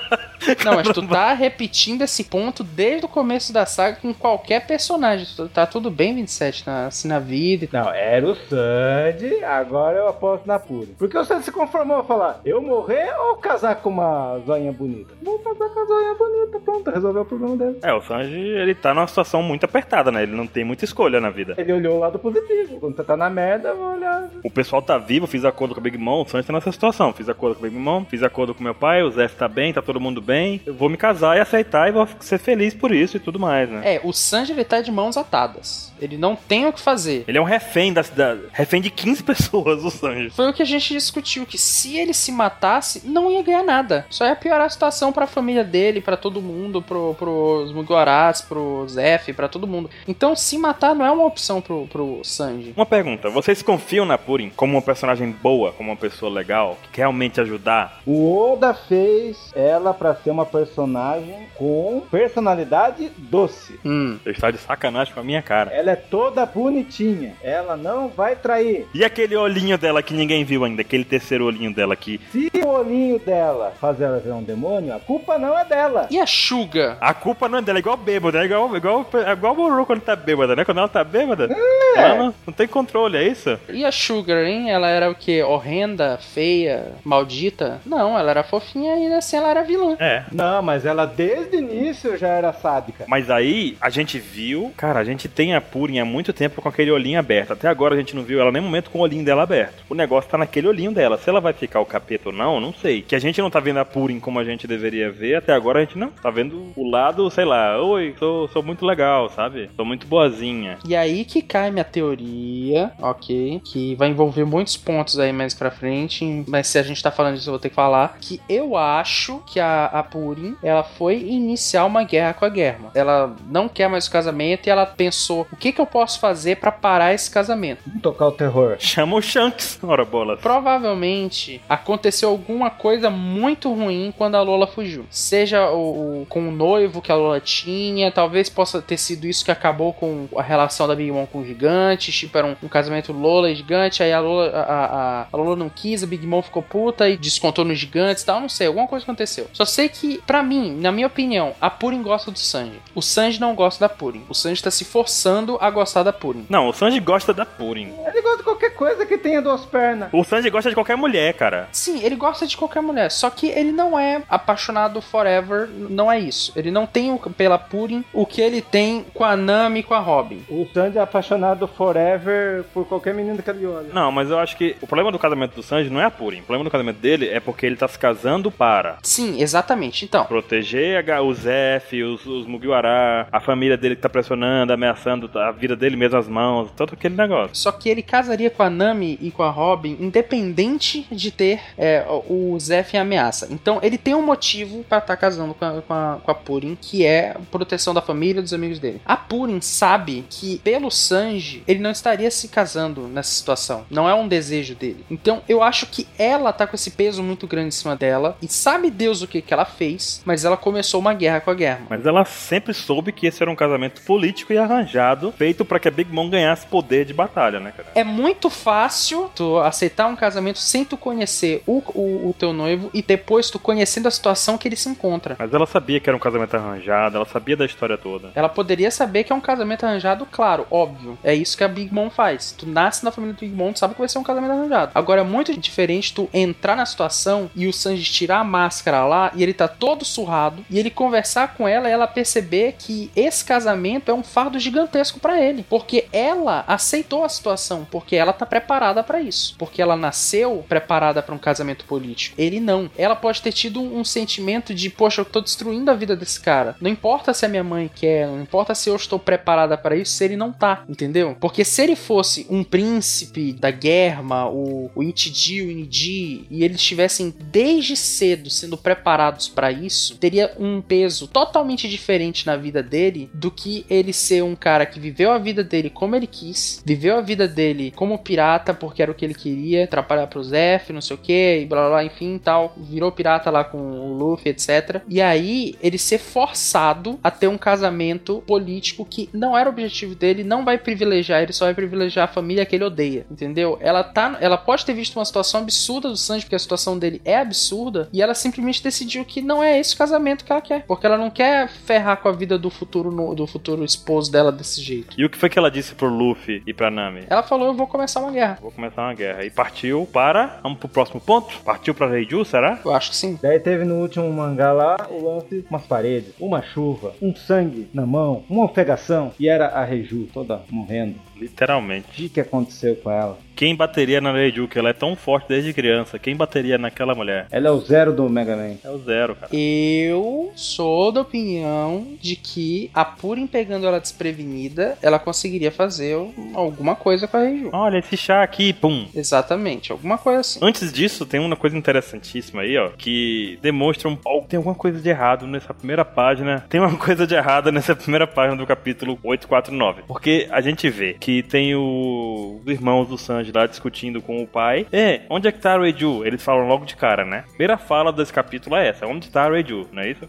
B: Não, mas tu tá repetindo esse ponto desde o começo da saga com qualquer personagem. Tu- Tá tudo bem, 27, na, assim, na vida. e tal.
D: não, era o Sandy, agora eu aposto na Puri. Porque o Sandy se conformou a falar, eu morrer ou casar com uma zoinha bonita? Vou casar com a zoinha bonita, pronto, resolveu o problema dele.
C: É, o Sanji, ele tá numa situação muito apertada, né? Ele não tem muita escolha na vida.
D: Ele olhou o lado positivo. Quando você tá na merda, vou olhar.
C: O pessoal tá vivo, fiz acordo com a Big Mom, o Sanji tá nessa situação. Fiz acordo com a Big Mom, fiz acordo com meu pai, o Zef tá bem, tá todo mundo bem. Eu vou me casar e aceitar e vou ser feliz por isso e tudo mais, né?
B: É, o Sanji ele tá de mãos atadas. Ele não tem o que fazer.
C: Ele é um refém da cidade. Refém de 15 pessoas, o Sanji.
B: Foi o que a gente discutiu: que se ele se matasse, não ia ganhar nada. Só ia piorar a situação pra família dele, pra todo mundo, pro, pros Mugiwaras, pro Zef, pra todo mundo. Então, se matar não é uma opção pro, pro Sanji.
C: Uma pergunta, vocês confiam na Purim como uma personagem boa, como uma pessoa legal, que quer realmente ajudar?
D: O Oda fez ela pra ser uma personagem com personalidade doce.
B: Hum.
C: Você está de sacanagem com a minha cara.
D: Ela é toda bonitinha. Ela não vai trair.
C: E aquele olhinho dela que ninguém viu ainda, aquele terceiro olhinho dela que.
D: Se o olhinho dela fazer ela virar um demônio, a culpa não é dela.
B: E a Suga?
C: A culpa não é dela, é igual bêbada, é igual, igual, é igual o Boru quando tá bêbada, né? Quando ela tá bêbada, ela não, não tem controle, é isso?
B: E a Sugar, hein? Ela era o quê? Horrenda, feia, maldita? Não, ela era fofinha e assim ela era vilã.
C: É.
D: Não, mas ela desde o início já era sádica.
C: Mas aí a gente viu, cara, a gente tem a Purim há muito tempo com aquele olhinho aberto. Até agora a gente não viu ela nem momento com o olhinho dela aberto. O negócio tá naquele olhinho dela. Se ela vai ficar o capeta ou não, não sei. Que a gente não tá vendo a Purim como a gente deveria ver, até agora a gente não. Tá vendo o lado, sei lá, oi, sou, sou muito legal, sabe? Sou muito boazinha.
B: E aí que cai minha teoria, ok? Que vai envolver muitos pontos aí mais pra frente. Mas se a gente tá falando disso, eu vou ter que falar. Que eu acho que a, a Purim, ela foi iniciar uma guerra com a Germa. Ela não quer mais o casamento e ela pensou: o que que eu posso fazer pra parar esse casamento?
D: Vamos tocar o terror.
C: Chama o Shanks, ora bola.
B: Provavelmente aconteceu alguma coisa muito ruim quando a Lola fugiu. Seja o, o- com o noivo que a Lola tinha, talvez possa ter sido isso que acabou com a relação da Big Mom com o gigante. Tipo, era um, um casamento Lola e gigante. Aí a Lola, a, a- a- a Lola não quis, a Big Mom ficou puta e descontou nos gigantes e tal. Não sei, alguma coisa aconteceu. Só sei que, pra mim, na minha opinião, a Purim gosta do Sanji. O Sanji não gosta da Purim. O Sanji tá se forçando a gostar da Purim.
C: Não, o Sanji gosta da Purim.
D: Ele gosta É de qualquer coisa que tenha duas pernas.
C: O Sanji gosta de qualquer mulher, cara.
B: Sim, ele gosta de qualquer mulher, só que ele não é apaixonado forever, n- não é isso. Ele não tem o- pela Purim o que ele tem com a Nami e com a Robin.
D: O Sandy é apaixonado forever por qualquer menino que ele olha.
C: Não, mas eu acho que o problema do casamento do Sanji não é a Purim. O problema do casamento dele é porque ele tá se casando para
B: Sim, exatamente. Então,
C: proteger a, Ga- o Zef, os, os Mugiwara, a família dele que tá pressionando, ameaçando a vida dele mesmo as mãos, todo aquele negócio.
B: só que ele casaria com a Nami e com a Robin independente de ter é, o o Zef em ameaça. Então, ele tem um motivo pra estar casando com a, com, a, com a Purim, que é proteção da família e dos amigos dele. A Purim sabe que, pelo Sanji, ele não estaria se casando nessa situação. Não é um desejo dele. Então, eu acho que ela tá com esse peso muito grande em cima dela. E sabe Deus o que, que ela fez, mas ela começou uma guerra com a Guerra.
C: Mas ela sempre soube que esse era um casamento político e arranjado, feito pra que a Big Mom ganhasse poder de batalha, né, cara?
B: É muito fácil tu aceitar um casamento sem tu conhecer o, o, o teu noivo e depois tu conhecendo a situação que ele se encontra.
C: Mas ela sabia que era um casamento arranjado, ela sabia da história toda.
B: Ela poderia saber que é um casamento arranjado, claro, óbvio. É isso que a Big Mom faz. Tu nasce na família do Big Mom, tu sabe que vai ser um casamento arranjado. Agora é muito diferente tu entrar na situação e o Sanji tirar a máscara lá e ele tá todo surrado e ele conversar com ela e ela perceber que esse casamento é um fardo gigantesco pra ele, porque ela aceitou a situação, porque ela tá preparada pra isso, porque ela nasceu preparada pra um casamento político. Ele não. Ela pode ter tido um, um sentimento de, poxa, eu tô destruindo a vida desse cara. Não importa se a minha mãe quer, não importa se eu estou preparada pra isso, se ele não tá, entendeu? Porque se ele fosse um príncipe da Germa, o, o Itidi, o Inidi, e eles estivessem desde cedo sendo preparados pra isso, teria um peso totalmente diferente na vida dele do que ele ser um cara que viveu a vida dele como ele quis, viveu a vida dele como pirata, porque era o que ele queria, atrapalhar pro Zef, não sei o que, e blá blá, blá enfim tal. Virou pirata lá com o Luffy, etc. E aí ele ser forçado a ter um casamento político que não era o objetivo dele, não vai privilegiar, ele só vai privilegiar a família que ele odeia, entendeu? Ela tá, ela pode ter visto uma situação absurda do Sanji, porque a situação dele é absurda, e ela simplesmente decidiu que não é esse o casamento que ela quer, porque ela não quer ferrar com a vida do futuro no- do futuro esposo dela desse jeito.
C: E o que foi que ela disse pro Luffy e pra Nami?
B: Ela falou: "Eu vou começar uma guerra".
C: Vou começar uma guerra. E partiu para. Vamos pro próximo ponto? Partiu pra Reiju, será?
B: Eu acho que sim.
D: Daí teve no último mangá lá o lance, umas paredes, uma chuva, um sangue na mão, uma ofegação. E era a Reju toda morrendo.
C: Literalmente.
D: O que que aconteceu com ela?
C: Quem bateria na Reiju, que ela é tão forte desde criança, quem bateria naquela mulher?
D: Ela é o zero do Mega Man.
C: É o zero, cara.
B: Eu sou da opinião de que a Purim pegando ela desprevenida, ela conseguiria fazer um, alguma coisa com a Reiju.
C: Olha esse chá aqui, pum.
B: Exatamente, alguma coisa assim.
C: Antes disso, tem uma coisa interessantíssima aí, ó, que demonstra um, al- tem alguma coisa de errado nessa primeira página. Tem uma coisa de errada nessa primeira página do capítulo 849. Porque a gente vê que tem o- os irmãos do Sanji lá discutindo com o pai. É, onde é que tá o Eiju? Eles falam logo de cara, né? Primeira fala desse capítulo é essa, onde tá o Eiju, não é isso?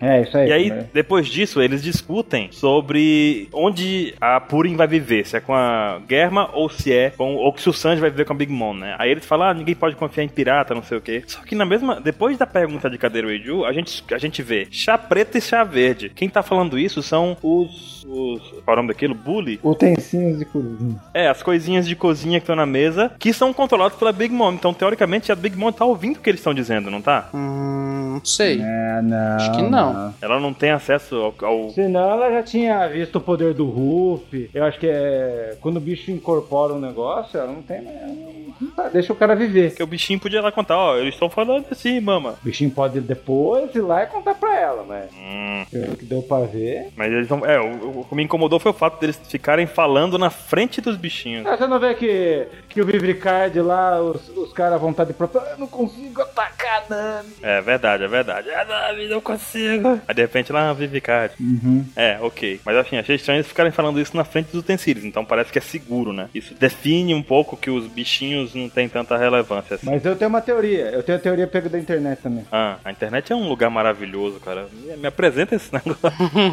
D: É, isso aí.
C: E aí,
D: né?
C: depois disso, eles discutem sobre onde a Purim vai viver, se é com a Germa ou se é com ou que se o Sanji vai viver com a Big Mom, né? Aí eles falam, ah, ninguém pode confiar em pirata, não sei o quê. Só que na mesma, depois da pergunta de Cadeiro Eiju, a gente a gente vê chá preto e chá verde. Quem tá falando isso são os os qual é o nome daquilo? Bully?
D: Utensinhos de cozinha.
C: É, as coisinhas de cozinha que estão na mesa, que são controladas pela Big Mom. Então, teoricamente, a Big Mom tá ouvindo o que eles estão dizendo, não tá?
B: Hum, não sei.
D: É, não.
B: Acho que não.
C: Ela não tem acesso ao. ao-
D: Senão ela já tinha visto o poder do Ruff. Eu acho que é. Quando o bicho incorpora um negócio, ela não tem. ela não- tá, Deixa o cara viver.
C: Porque o bichinho podia lá contar, ó, eles estão falando assim, mama.
D: O bichinho pode ir depois ir lá e contar pra ela, mas.
C: Hum,
D: Pelo que deu pra ver.
C: mas eles não. É, o, o que me incomodou foi o fato deles ficarem falando na frente dos bichinhos.
D: Ah, Você não vê que, que o Vivricard lá, os, os caras à vontade própria. "Ah, Eu não consigo atacar a Nami.
C: É verdade, é verdade. Ah, não, não consigo. Aí de repente lá, ah, Vivi Card.
D: Uhum.
C: É, ok. Mas assim, achei estranho eles ficarem falando isso na frente dos utensílios, então parece que é seguro, né? Isso define um pouco que os bichinhos não têm tanta relevância assim.
D: Mas eu tenho uma teoria. Eu tenho a teoria pega da internet também.
C: Ah, a internet é um lugar maravilhoso, cara. Me, me apresenta esse negócio.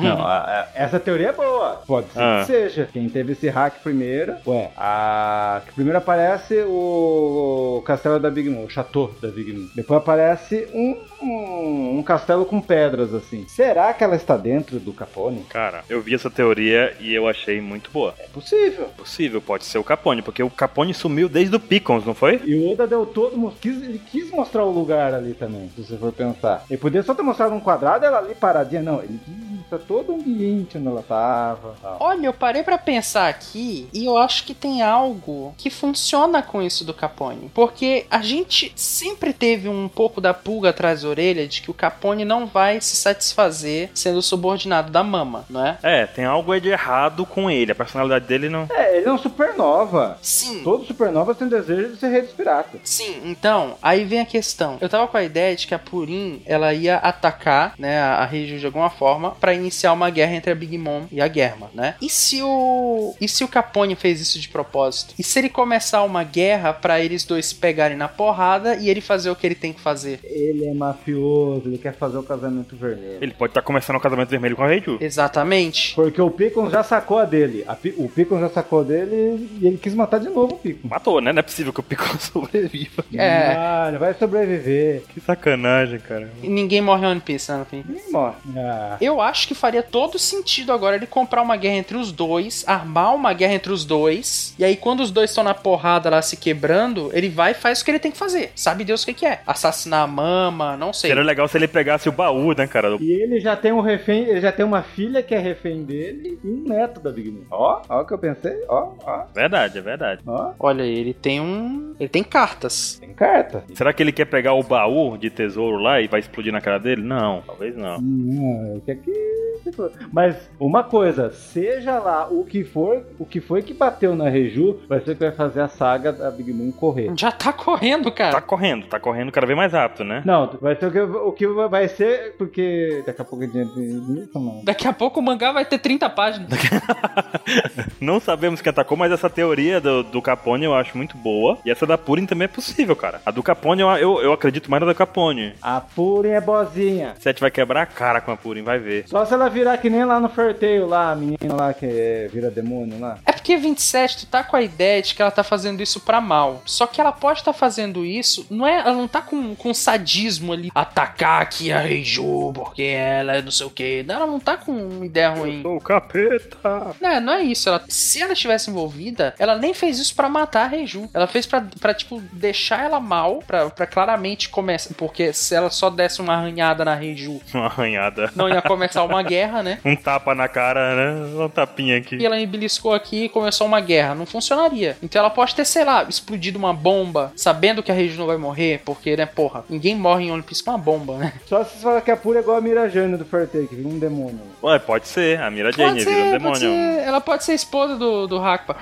D: Não, a- a- essa teoria é boa. Pode ser
C: Ah.
D: que seja. Quem teve esse hack primeiro. Ué, a. que Primeiro aparece o, o castelo da Big Mom, o chateau da Big Mom. Depois aparece um, um, um castelo com pedras, assim. Será que ela está dentro do Capone?
C: Cara, eu vi essa teoria e eu achei muito boa.
D: É possível.
C: É possível, pode ser o Capone, porque o Capone sumiu desde o Picons, não foi?
D: E o Oda deu todo. mo- Quis, ele quis mostrar o lugar ali também, se você for pensar. Ele podia só ter mostrado um quadrado ela ali paradinha. Não, ele quis mostrar todo o ambiente onde ela tava. tal.
B: Olha, eu parei pra pensar aqui e eu acho que tem algo que funciona com isso do Capone. Porque a gente sempre teve um pouco da pulga atrás da orelha de que o Capone não vai se satisfazer sendo subordinado da mama, não é?
C: É, tem algo aí de errado com ele. A personalidade dele não.
D: É, ele é um supernova.
B: Sim.
D: Todo supernova tem desejo de ser rei dos piratas.
B: Sim, então, aí vem a questão. Eu tava com a ideia de que a Purim, ela ia atacar, né, a a Reiju de alguma forma pra iniciar uma guerra entre a Big Mom e a Germa, né? E se o e se o Capone fez isso de propósito? E se ele começar uma guerra pra eles dois se pegarem na porrada e ele fazer o que ele tem que fazer?
D: Ele é mafioso, ele quer fazer o casamento vermelho.
C: Ele pode estar começando o casamento vermelho com a Reiju.
B: Exatamente.
D: Porque o Picon já sacou a dele. A Pi- o Picon já sacou a dele e ele quis matar de novo o Picon.
C: Matou, né? Não é possível que o Picons sobreviva.
B: É.
D: Ah, ele vai sobreviver.
C: Que sacanagem, cara.
B: E ninguém morre em One Piece, né, no fim.
D: E morre. Ah,
B: Eu acho que faria todo sentido agora ele comprar uma guerra entre os dois, armar uma guerra entre os dois, e aí quando os dois estão na porrada lá se quebrando, ele vai e faz o que ele tem que fazer. Sabe Deus o que, que é? Assassinar a mama, não sei.
C: Seria legal se ele pegasse o baú, né, cara?
D: e ele já tem um refém, ele já tem uma filha que é refém dele e um neto da Big Mom. Ó, ó o que eu pensei, ó, ó,
C: Verdade, é verdade.
D: ó.
B: Olha, ele tem um. Ele tem cartas.
D: Tem carta.
C: Será que ele quer pegar o baú de tesouro lá e vai explodir na cara dele? Não, talvez não.
D: Não, é que aqui- Mas uma coisa, seja lá o que for, o que foi que bateu na Reju, vai ser o que vai fazer a saga da Big Mom correr.
B: Já tá correndo,
C: Tá
B: cara.
C: correndo, tá correndo cada vez mais rápido, né?
D: Não, vai ser o que, o que vai ser, porque daqui a pouco adianta isso, mano.
B: Daqui a pouco o mangá vai ter 30 páginas.
C: Não sabemos quem atacou, mas essa teoria do, do Capone eu acho muito boa. E essa da Purin também é possível, cara. A do Capone eu, eu, eu acredito mais na do Capone.
D: A Purim é bozinha.
C: Sete vai quebrar a cara com a Purin, vai ver.
D: Só se ela virar que nem lá no sorteio lá, a menina lá que é- vira demônio lá.
B: É porque 27, tu tá com a ideia de que ela tá fazendo isso pra mal. Só que ela pode estar fazendo isso, não é? Ela não tá com, com sadismo ali, atacar aqui a Reiju, porque ela é não sei o quê. Não, Ela não tá com ideia ruim.
C: O capeta!
B: Não, não é isso. Ela, se ela estivesse envolvida, ela nem fez isso pra matar a Reiju. Ela fez pra, pra tipo, deixar ela mal, pra, pra claramente começar. Porque se ela só desse uma arranhada na Reiju,
C: Uma arranhada.
B: não ia começar uma guerra, né?
C: Um tapa na cara, né? Um tapinha
B: e
C: aqui.
B: ela embeliscou aqui e começou uma guerra. Não funcionaria. Então ela pode ter, sei lá, explodido uma bomba, sabendo que a Regina vai morrer, porque, né, porra, ninguém morre em One Piece com uma bomba, né?
D: Só se você falar que a Purim é igual a Mirajane do sorteio, que vira um demônio.
C: Ué, pode ser. A Mira Jane
B: Pode
C: vira um
B: ser, pode
C: demônio.
B: ser, ela pode ser esposa do, do Hakpa.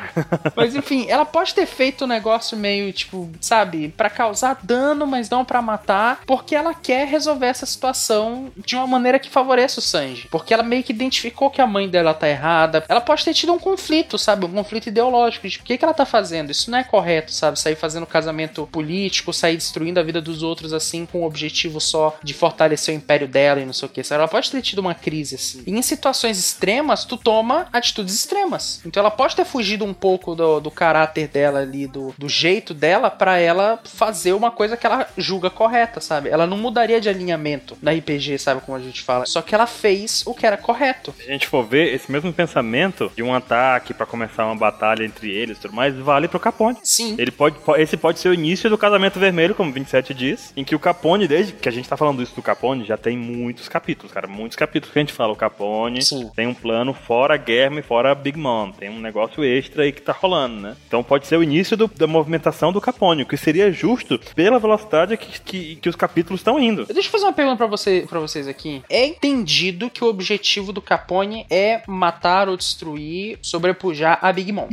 B: mas enfim, ela pode ter feito um negócio meio, tipo, sabe, pra causar dano, mas não pra matar, porque ela quer resolver essa situação de uma maneira que favoreça o Sanji. Porque ela meio que identificou que a mãe dela tá errada. Ela pode ter tido um conflito, sabe? Um conflito ideológico. De por que, que ela tá fazendo? Isso não é correto, sabe? Sair fazendo casamento político, sair destruindo a vida dos outros assim, com o objetivo só de fortalecer o império dela e não sei o que. Sabe? Ela pode ter tido uma crise assim. E em situações extremas, tu toma atitudes extremas. Então ela pode ter fugido um pouco do, do caráter dela ali, do, do jeito dela, pra ela fazer uma coisa que ela julga correta, sabe? Ela não mudaria de alinhamento na RPG, sabe? Como a gente fala. Só que ela fez o que era correto.
C: Se a gente for ver esse mesmo pensamento de um ataque pra começar uma batalha entre eles e tudo mais, vale pro Capone.
B: Sim.
C: Ele pode, po- esse pode ser o início do casamento vermelho, como o 27 diz, em que o Capone, desde que a gente tá falando isso do Capone, já tem muitos capítulos, cara. Muitos capítulos que a gente fala. O Capone
B: Sim.
C: tem um plano fora Guerme, fora Big Mom. Tem um negócio extra aí que tá rolando, né? Então pode ser o início do- da movimentação do Capone, o que seria justo pela velocidade que, que, que os capítulos estão indo.
B: Deixa eu fazer uma pergunta pra, você, pra vocês aqui. É entendido que o objetivo do Capone é matar ou destruir, sobrepujar a Big Mom.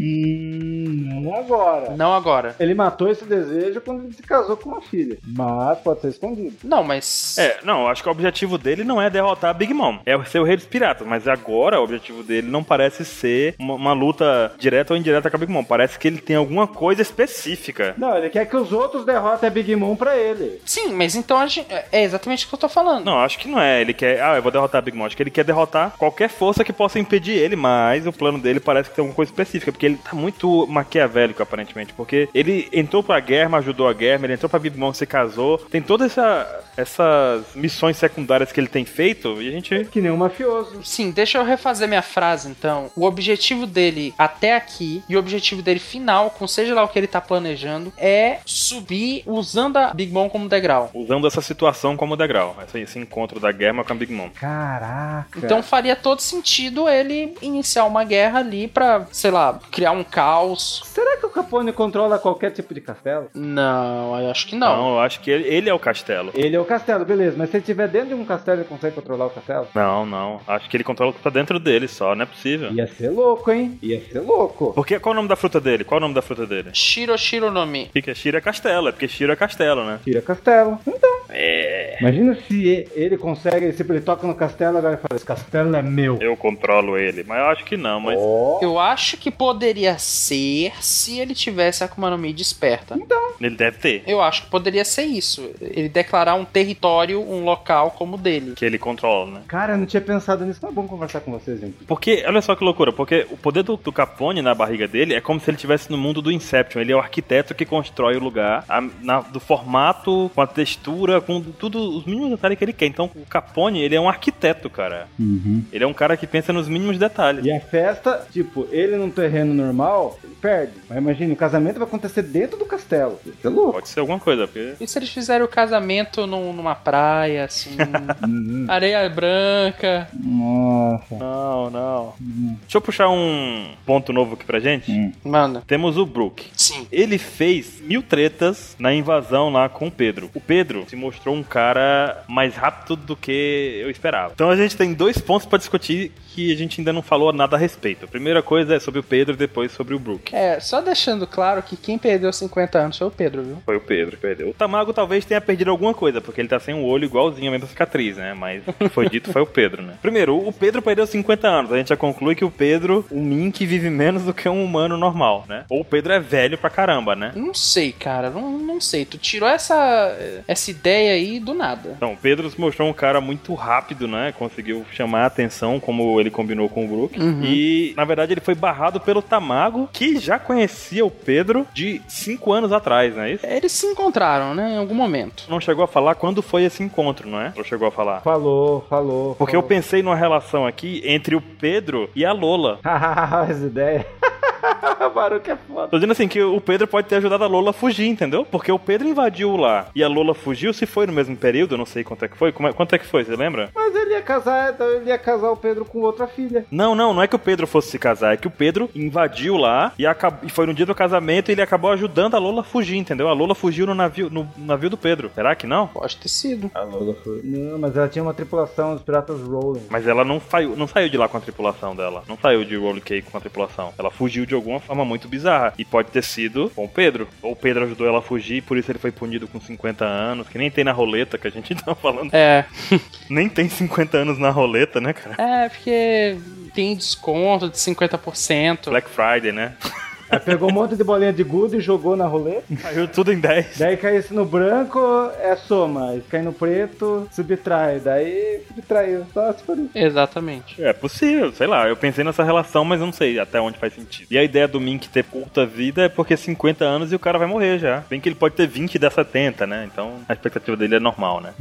D: Hum, não agora.
B: Não agora.
D: Ele matou esse desejo quando ele se casou com uma filha. Mas pode ser escondido.
B: Não, mas.
C: É, não, eu acho que o objetivo dele não é derrotar a Big Mom, é ser o rei dos piratas, mas agora o objetivo dele não parece ser uma, uma luta direta ou indireta com a Big Mom, parece que ele tem alguma coisa específica.
D: Não, ele quer que os outros derrotem a Big Mom pra ele.
B: Sim, mas então a gente. É exatamente o que eu tô falando.
C: Não, acho que não é. Ele quer. Ah, eu vou derrotar a Big Mom. Acho que ele quer derrotar qualquer força que possa impedir ele, mas o plano dele parece que tem alguma coisa específica, porque ele tá muito maquiavélico, aparentemente. Porque ele entrou pra guerra, mas ajudou a guerra, ele entrou pra Big Mom, se casou. Tem todas essa, essas missões secundárias que ele tem feito e a gente.
D: Que nem um mafioso.
B: Sim, deixa eu refazer minha frase então. O objetivo dele até aqui e o objetivo dele final, com seja lá o que ele tá planejando, é subir usando a Big Mom como degrau.
C: Usando essa situação como degrau, esse, esse encontro da guerra com a Big Mom.
D: Caraca.
B: Então faria todo sentido ele iniciar uma guerra ali pra, sei lá, criar um caos.
D: Será que o Capone controla qualquer tipo de castelo?
B: Não, eu acho que não.
C: eu acho que ele, ele é o castelo.
D: Ele é o castelo, beleza, mas se ele estiver dentro de um castelo, ele consegue controlar o castelo?
C: Não, não. Acho que ele controla o que tá dentro dele só, não é possível.
D: Ia ser louco, hein? Ia ser louco.
C: Porque qual é o nome da fruta dele? Qual o nome da fruta dele?
B: Shiro Shiro Nome.
C: Porque Shiro é castelo, é porque Shiro é castelo, né?
D: Tira castelo. Então.
C: É.
D: Imagina se e- ele consegue, se ele toca no castelo, agora ele fala: Esse castelo é meu.
C: Eu controlo ele, mas eu acho que não, mas.
D: Ó.
B: Eu acho que poderia ser se ele tivesse a Akuma no Mi desperta.
C: Ele deve ter.
B: Eu acho que poderia ser isso. Ele declarar um território, um local como o dele.
C: Que ele controla, né?
D: Cara, eu não tinha pensado nisso. Não é bom conversar com vocês, gente.
C: Porque, olha só que loucura, porque o poder do, do Capone na barriga dele é como se ele estivesse no mundo do Inception. Ele é o arquiteto que constrói o lugar a- na- do formato, com a textura, com tudo, os mínimos detalhes que ele quer. Então, o Capone, ele é um arquiteto, cara. Ele é um cara que pensa nos mínimos detalhes.
D: E a festa, tipo, ele num terreno normal, ele perde. Mas imagina, o casamento vai acontecer dentro do castelo. Ia ser louco.
C: Pode ser alguma coisa, porque.
B: E se eles fizerem o casamento num- numa praia, assim, areia branca?
D: Nossa.
C: Não, não. Hum. Deixa eu puxar um ponto novo aqui pra gente.
B: Mano,
C: Temos o Brook.
B: sim.
C: Ele fez mil tretas na invasão lá com o Pedro. O Pedro se mostrou um cara mais rápido do que eu esperava. Então a gente tem dois pontos pra discutir que a gente ainda não falou nada a respeito. A primeira coisa é sobre o Pedro, depois sobre o Brook.
B: É, só deixando claro que quem perdeu 50 anos foi o Pedro, viu?
C: Foi o Pedro que perdeu. O Tamago talvez tenha perdido alguma coisa, porque ele tá sem um olho igualzinho, a mesma cicatriz, né? Mas o que foi dito foi o Pedro, né? Primeiro, o Pedro perdeu 50 anos. A gente já conclui que o Pedro, um mink, vive menos do que um humano normal, né? Ou o Pedro é velho pra caramba, né?
B: Não sei, cara, não, não sei. Tu tirou essa, essa ideia aí do nada.
C: Então, o Pedro se mostrou um cara muito rápido, né? Conseguiu chamar a atenção, como ele combinou com o Brook. E, na verdade, ele foi barrado pelo Tamago, que já conhecia o Pedro de cinco anos atrás, não é isso?
B: Eles se encontraram, né, em algum momento.
C: Não chegou a falar quando foi esse encontro, não é? Não chegou a falar.
D: Falou, falou.
C: Porque eu pensei numa relação aqui entre o Pedro e a Lola.
D: Hahaha, as ideias. Baruque é foda.
C: Tô dizendo assim que o Pedro pode ter ajudado a Lola a fugir, entendeu? Porque o Pedro invadiu lá e a Lola fugiu, se foi no mesmo período, eu não sei quanto é que foi. Como é- quanto é que foi, você lembra?
D: Mas ele ia casar, então ele ia casar o Pedro com outra filha.
C: Não, não, não é que o Pedro fosse se casar, é que o Pedro invadiu lá e, acab- e foi no dia do casamento e ele acabou ajudando a Lola a fugir, entendeu? A Lola fugiu no navio, no navio do Pedro. Será que não?
B: Pode ter sido.
D: A Lola foi. Não, mas ela tinha uma tripulação dos piratas Rolling.
C: Mas ela não, saiu, não saiu de lá com a tripulação dela. Não saiu de Roll Cake com a tripulação. Ela fugiu de alguma forma muito bizarra. E pode ter sido com o Pedro. Ou o Pedro ajudou ela a fugir, por isso ele foi punido com 50 anos, que nem tem na roleta, que a gente tá falando.
B: É,
C: Nem tem 50 anos na roleta, né, cara?
B: é porque tem desconto de 50%.
C: Black Friday, né?
D: Aí Pegou um monte de bolinha de gude e jogou na roleta.
C: Caiu tudo em 10.
D: Daí caísse no branco, é soma. E Cai no preto, subtrai. Daí subtraiu. Só se for isso.
B: Exatamente.
C: É possível, sei lá. Eu pensei nessa relação, mas eu não sei até onde faz sentido. E a ideia do Mink ter curta vida é porque 50 anos e o cara vai morrer já. Bem que ele pode ter 20 e dar 70, né? Então a expectativa dele é normal, né?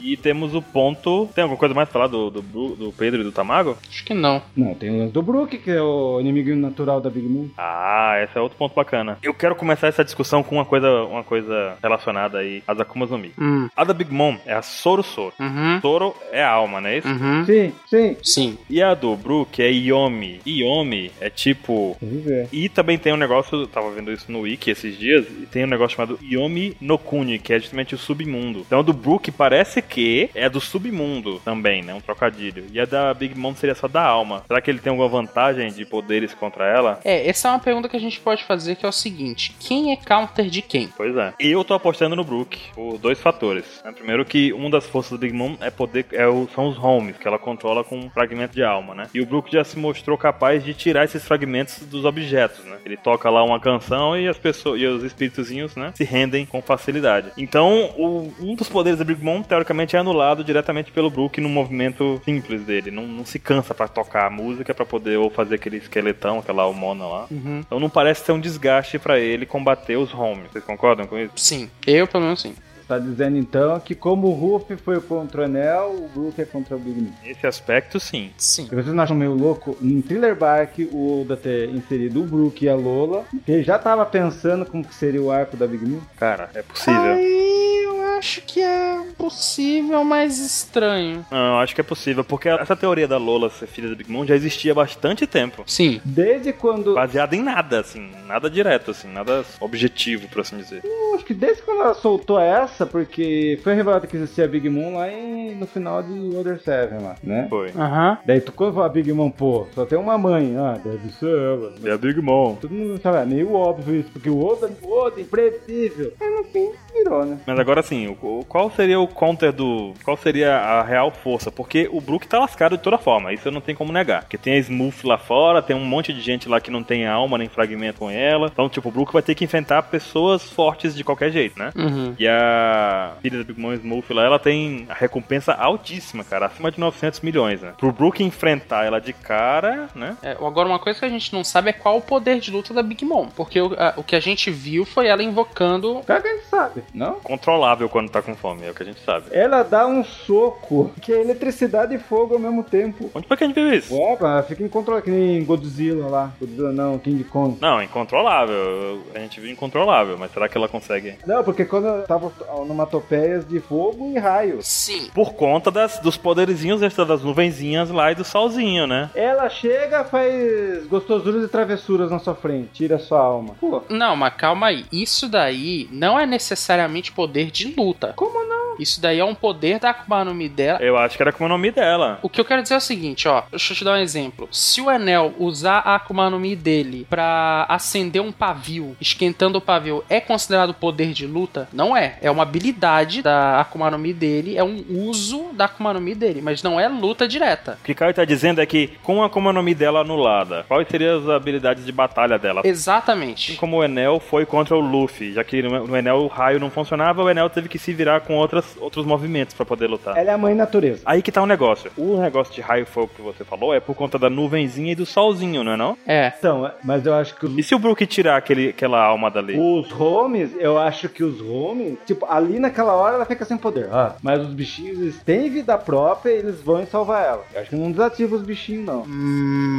C: E temos o ponto. Tem alguma coisa mais pra falar do, do, Bru- do Pedro e do Tamago?
B: Acho que não.
D: Não, tem o lance do Brook, que é o inimigo natural da Big Moon.
C: Ah, esse é outro ponto bacana. Eu quero começar essa discussão com uma coisa, uma coisa relacionada aí às Akumas no Mi.
B: Hum.
C: A da Big Mom é a Soro Soro.
B: Uhum.
C: Soro é a alma, não é isso?
B: Uhum.
D: Sim, sim.
B: Sim.
C: E a do Brook é Yomi. Yomi é tipo.
D: Vamos ver.
C: E também tem um negócio, eu tava vendo isso no Wiki esses dias, e tem um negócio chamado Yomi no Kuni, que é justamente o submundo. Então a do Brook parece que é do submundo também, né? Um trocadilho. E a da Big Mom seria só da alma. Será que ele tem alguma vantagem de poderes contra ela?
B: É, essa é uma pergunta que a gente pode fazer que é o seguinte: quem é counter de quem?
C: Pois é. Eu tô apostando no Brook por dois fatores. né? Primeiro que uma das forças do Big Mom é poder, é o- são os homes, que ela controla com um fragmento de alma, né? E o Brook já se mostrou capaz de tirar esses fragmentos dos objetos, né? Ele toca lá uma canção e as pessoas e os espíritozinhos, né, se rendem com facilidade. Então, o- um dos poderes do Big Mom teoricamente é anulado diretamente pelo Brook num movimento simples dele. Não, não se cansa pra tocar a música pra poder ou fazer aquele esqueletão, aquela hormona lá.
B: Uhum.
C: Então não parece ser um desgaste pra ele combater os homes. Vocês concordam com isso?
B: Sim. Eu, pelo menos, sim.
D: Tá dizendo então que como o Ruff foi contra o Anel, o Brook é contra o Big Moon.
C: Nesse aspecto, sim.
B: Sim.
D: E vocês não acham meio louco em Thriller Bark o Oda ter inserido o Brook e a Lola, que ele já tava pensando como que seria o arco da Big Moon?
C: Cara, é possível.
B: Aí eu acho que é possível, mas estranho.
C: Não, acho que é possível, porque essa teoria da Lola ser filha da Big Mom já existia há bastante tempo.
B: Sim.
D: Desde quando.
C: Baseada em nada, assim, nada direto, assim, nada objetivo, por assim dizer.
D: Eu Acho que desde quando ela soltou essa, porque foi revelado que existia a Big Moon lá em- no final de Order 7 lá, né?
C: Foi.
B: Aham.
D: Daí tu quando fala Big Mom, pô, só tem uma mãe, ah, deve ser ela.
C: É a Big Mom.
D: Todo mundo sabe, é meio óbvio isso, porque o Oda, o Oda, imprevisível. Mas no fim, virou, né?
C: Mas agora sim, o- o- qual seria o counter do. Qual seria a real força? Porque o Brook tá lascado de toda forma, isso eu não tenho como negar. Porque tem a Smooth lá fora, tem um monte de gente lá que não tem alma nem fragmento com ela. Então, tipo, o Brook vai ter que enfrentar pessoas fortes de qualquer jeito, né?
B: Uhum.
C: E a filha da Big Mom Smurf lá, ela tem a recompensa altíssima, cara, acima de 900 milhões, né? Pro Brook enfrentar ela de cara, né?
B: É, agora, uma coisa que a gente não sabe é qual o poder de luta da Big Mom. Porque o, a- o que a gente viu foi ela invocando.
D: Cara que a gente sabe, não?
C: Controlável quando tá com fome, é o que a gente sabe.
D: Ela dá um soco, que é eletricidade e fogo ao mesmo tempo.
C: Onde foi que a gente viu isso?
D: Opa, ela fica incontrolável, que nem Godzilla lá. Godzilla não, King Kong.
C: Não, incontrolável. A gente viu incontrolável, mas será que ela consegue?
D: Não, porque quando eu tava onomatopeias de fogo e raio.
B: Sim.
C: Por conta das, dos poderizinhos extra das nuvenzinhas lá e do solzinho, né?
D: Ela chega, faz gostosuras e travessuras na sua frente, tira sua alma. Pô,
B: Não, mas calma aí. Isso daí não é necessariamente poder de luta.
D: como não?
B: Isso daí é um poder da Akuma no Mi dela.
C: Eu acho que era como é o nome dela.
B: O que eu quero dizer é o seguinte, ó. Deixa eu te dar um exemplo. Se o Enel usar a Akuma no Mi dele pra acender um pavio, esquentando o pavio, é considerado poder de luta? Não é. É uma habilidade da Akuma no Mi dele, é um uso da Akuma no Mi dele, mas não é luta direta.
C: O que Caio tá dizendo é que, com a como o nome dela anulada, quais seriam as habilidades de batalha dela? Assim
B: Exatamente.
C: como o Enel foi contra o Luffy, já que no no Enel o raio não funcionava, o Enel teve que se virar com outras, outros movimentos pra poder lutar.
D: Ela é a mãe natureza.
C: Aí que tá o negócio. O negócio de raio foi o que você falou, é por conta da nuvenzinha e do solzinho, não é não?
B: É.
D: Então, é- mas eu acho que os,
C: E se o Brook tirar aquele, aquela alma dali?
D: os homes, eu acho que os homes, tipo, ali naquela hora ela fica sem poder. Ah, mas os bichinhos eles têm vida própria e eles vão salvar ela. Eu acho que não desativa os bichinhos, não.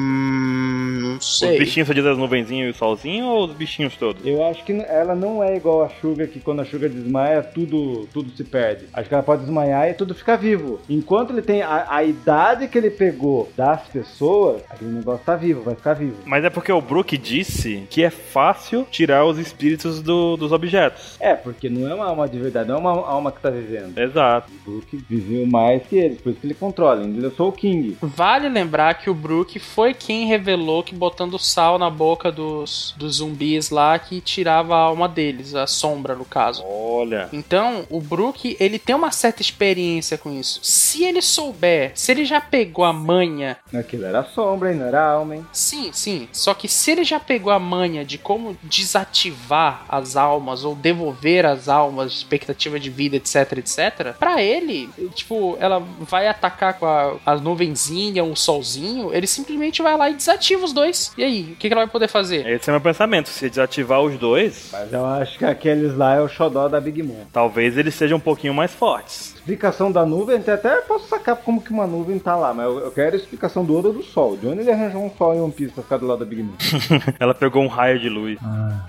B: Hum, não
C: Os
B: sei.
C: bichinhos só dizem as nuvenzinhas e o solzinho ou os bichinhos todos?
D: Eu acho que n- ela não é igual a Suga, que quando a Suga desmaia, tudo, tudo se perde. Acho que ela pode desmaiar e tudo fica vivo. Enquanto ele tem a, a idade que ele pegou das pessoas, aquele negócio tá vivo, vai ficar vivo.
C: Mas é porque o Brook disse que é fácil tirar os espíritos do- dos objetos.
D: É, porque não é uma alma de verdade, não é uma alma que tá vivendo.
C: Exato.
D: O Brook viveu mais que eles, por isso que ele controla. Ele sou o King.
B: Vale lembrar que o Brook foi quem revelou que botando sal na boca dos, dos zumbis lá que tirava a alma deles, a sombra no caso.
C: Olha.
B: Então, o Brook, ele tem uma certa experiência com isso. Se ele souber, se ele já pegou a manha.
D: Aquilo era sombra, hein? Não era alma, hein?
B: Sim, sim. Só que se ele já pegou a manha de como desativar as almas ou devolver as almas, expectativa de vida, etc, etc, pra ele, tipo, ela vai atacar com a, a nuvenzinha, um solzinho, ele simplesmente vai lá e desativa os dois. E aí, o que, que ela vai poder fazer?
C: Esse é meu pensamento. Se desativar os dois,
D: Mas eu acho que aqueles lá é o xodó da Big Mom.
C: talvez eles sejam um pouquinho mais fortes.
D: Explicação da nuvem, até- até posso sacar como que uma nuvem tá lá, mas eu, eu quero a explicação do Oda do Sol. De onde ele arranjou um sol em One Piece pra ficar do lado da Big Mom?
C: Ela pegou um raio de luz.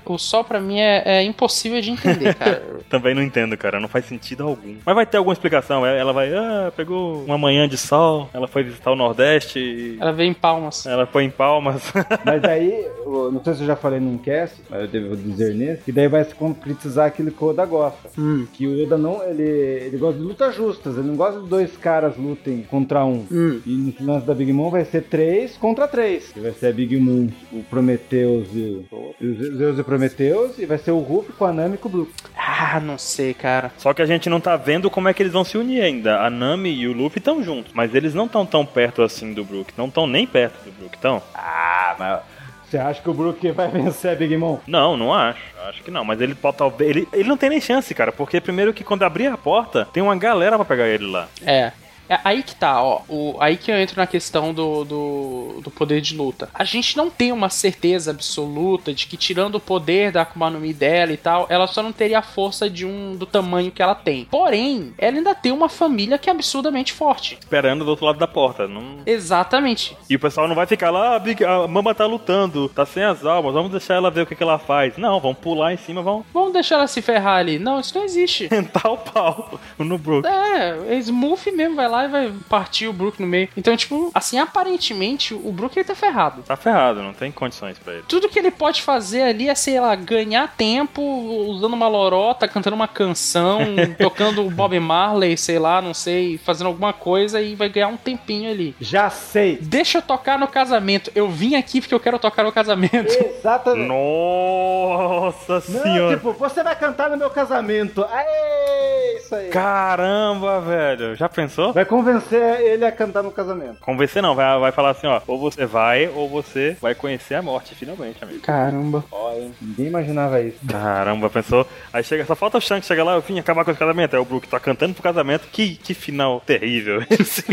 B: O sol, pra mim, é, é impossível de entender, cara.
C: Também não entendo, cara. Não faz sentido algum. Mas vai ter alguma explicação. é- Ela vai, ah, pegou uma manhã de sol. Ela foi visitar o Nordeste. E...
B: ela veio em palmas.
C: Ela foi em Palmas.
D: Mas daí, eu não sei se eu já falei num cast, mas eu devo dizer nesse, que daí vai se concretizar aquilo que o Oda gosta.
B: Hum.
D: Que o Oda não, ele, ele gosta de lutas justas, ele não gosta de dois caras lutem contra um.
B: Hum.
D: E no lance da Big Mom vai ser três contra três. Que vai ser a Big Mom, o Prometheus e, e os Zeus e Prometheus, e vai ser o Ruff com a Nami e com o Brook.
B: Ah, não sei, cara.
C: Só que a gente não tá vendo como é que eles vão se unir ainda. A Nami e o Luffy estão juntos, mas eles não estão tão perto assim do Brook. Não estão nem perto do Brook, estão?
D: Ah, mas... Você acha que o Brook vai vencer a Big Mom?
C: Não, não acho. Acho que não. Mas ele pode talvez. Ele, ele não tem nem chance, cara. Porque primeiro que quando abrir a porta, tem uma galera pra pegar ele lá.
B: É. É aí que tá, ó. O, aí que eu entro na questão do, do, do poder de luta. A gente não tem uma certeza absoluta de que, tirando o poder da Akuma no Mi dela e tal, ela só não teria a força de um do tamanho que ela tem. Porém, ela ainda tem uma família que é absurdamente forte.
C: Esperando do outro lado da porta. Não-
B: Exatamente.
C: E o pessoal não vai ficar lá, "Ah, Big- a mama tá lutando, tá sem as almas, vamos deixar ela ver o que, que ela faz. Não, vamos pular em cima, vamos
B: Vamos deixar ela se ferrar ali. Não, isso não existe.
C: tentar o pau no Brook.
B: É, Smurf mesmo vai lá e vai partir o Brook no meio. Então, tipo, assim, aparentemente, o Brook ele tá ferrado.
C: Tá ferrado, não tem condições pra ele.
B: Tudo que ele pode fazer ali é, sei lá, ganhar tempo usando uma lorota, cantando uma canção, tocando o Bob Marley, sei lá, não sei, fazendo alguma coisa e vai ganhar um tempinho ali.
D: Já sei!
B: Deixa eu tocar no casamento. Eu vim aqui porque eu quero tocar no casamento.
D: Exatamente!
C: Nossa
D: Não,
C: senhora!
D: tipo, você vai cantar no meu casamento. Aê, isso aí.
C: Caramba, velho! Já pensou?
D: Vai convencer ele a cantar no casamento.
C: Convencer não, vai, vai falar assim, ó, ou você vai, ou você vai conhecer a morte, finalmente, amigo.
B: Caramba.
D: Ninguém imaginava isso.
C: Caramba, pensou? Aí chega, só falta o Shanks chegar lá, eu vim acabar com esse casamento. Aí o Brook tá cantando pro casamento. Que, que final terrível esse.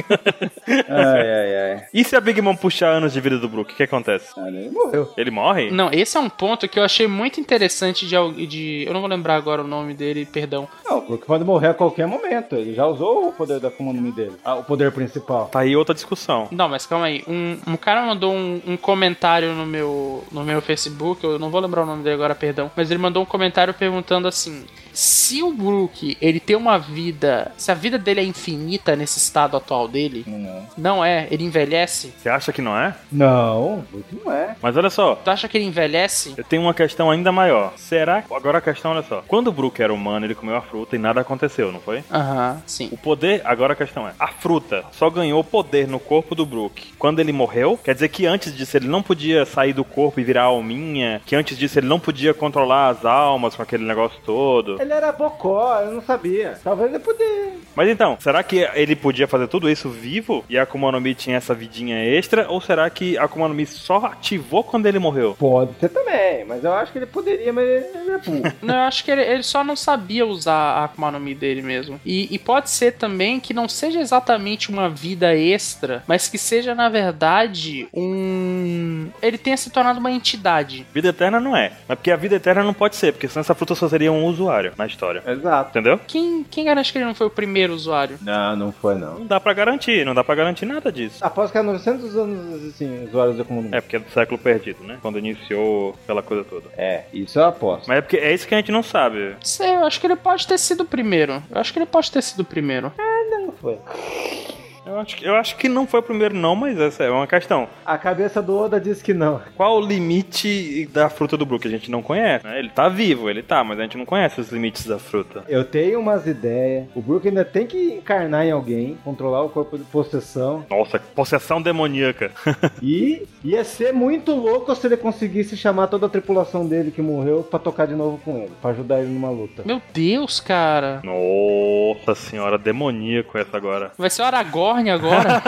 D: Ai, ai, ai.
C: E se a Big Mom puxar anos de vida do Brook, o que acontece?
D: ele morreu.
C: Ele morre?
B: Não, esse é um ponto que eu achei muito interessante de, al- de. Eu não vou lembrar agora o nome dele, perdão.
D: Não, porque pode morrer a qualquer momento. Ele já usou o poder da Akuma no Mi dele. Ah, o poder principal.
C: Tá aí outra discussão.
B: Não, mas calma aí. Um, um cara mandou um, um comentário no meu, no meu Facebook, eu não vou lembrar o nome dele agora, perdão. Mas ele mandou um comentário perguntando assim: se o Brook ele tem uma vida. Se a vida dele é infinita nesse estado atual dele,
D: Não.
B: não é? Ele envelhece?
C: Você acha que não é?
D: Não, Brook não é.
C: Mas olha só,
B: Tu acha que ele envelhece?
C: eu tenho uma questão ainda maior. Será que. Agora a questão, olha só. Quando o Brook era humano, ele comeu a fruta e nada aconteceu, não foi?
B: Aham, sim.
C: O poder, agora a questão é, a fruta só ganhou poder no corpo do Brook quando ele morreu? Quer dizer que antes disso ele não podia sair do corpo e virar alminha? Que antes disso ele não podia controlar as almas com aquele negócio todo?
D: Ele era bocó, eu não sabia. Talvez ele pudesse.
C: Mas então, será que ele podia fazer tudo isso vivo e a Akuma no Mi tinha essa vidinha extra? Ou será que a Akuma no Mi só ativou quando ele morreu?
D: Pode ser também, mas eu acho que ele poderia, mas ele é burro.
B: Não, eu acho que ele, ele só não sabia usar a Akuma no Mi dele mesmo. E, e pode ser também que não seja exatamente uma vida extra, mas que seja, na verdade, um. Ele tenha se tornado uma entidade.
C: Vida eterna não é. Mas porque a vida eterna não pode ser, porque senão essa fruta só seria um usuário na história.
D: Exato.
C: Entendeu?
B: Quem, quem garante que ele não foi o primeiro usuário?
D: Não, não foi não.
C: Não dá pra garantir, não dá pra garantir nada disso.
D: Após que há 900 anos, assim, usuários da Akuma no Mi.
C: É, porque é do século perdido, né? Quando iniciou aquela coisa toda.
D: É, isso eu aposto.
C: Mas é porque é isso que a gente não sabe.
B: Não sei, eu acho que ele pode ter sido o primeiro. Eu acho que ele pode ter sido o primeiro.
D: Não foi.
C: Eu Eu acho, que- eu acho que não foi o primeiro, não, mas essa é uma questão.
D: A cabeça do Oda diz que não.
C: Qual o limite da fruta do Brook? A gente não conhece, né? Ele tá vivo, ele tá, mas a gente não conhece os limites da fruta.
D: Eu tenho umas ideias. O Brook ainda tem que encarnar em alguém, controlar o corpo de possessão.
C: Nossa, possessão demoníaca.
D: E ia ser muito louco se ele conseguisse chamar toda a tripulação dele que morreu pra tocar de novo com ele, pra ajudar ele numa luta.
B: Meu Deus, cara.
C: Nossa senhora, demoníaco essa agora.
B: Vai ser o Aragorn agora.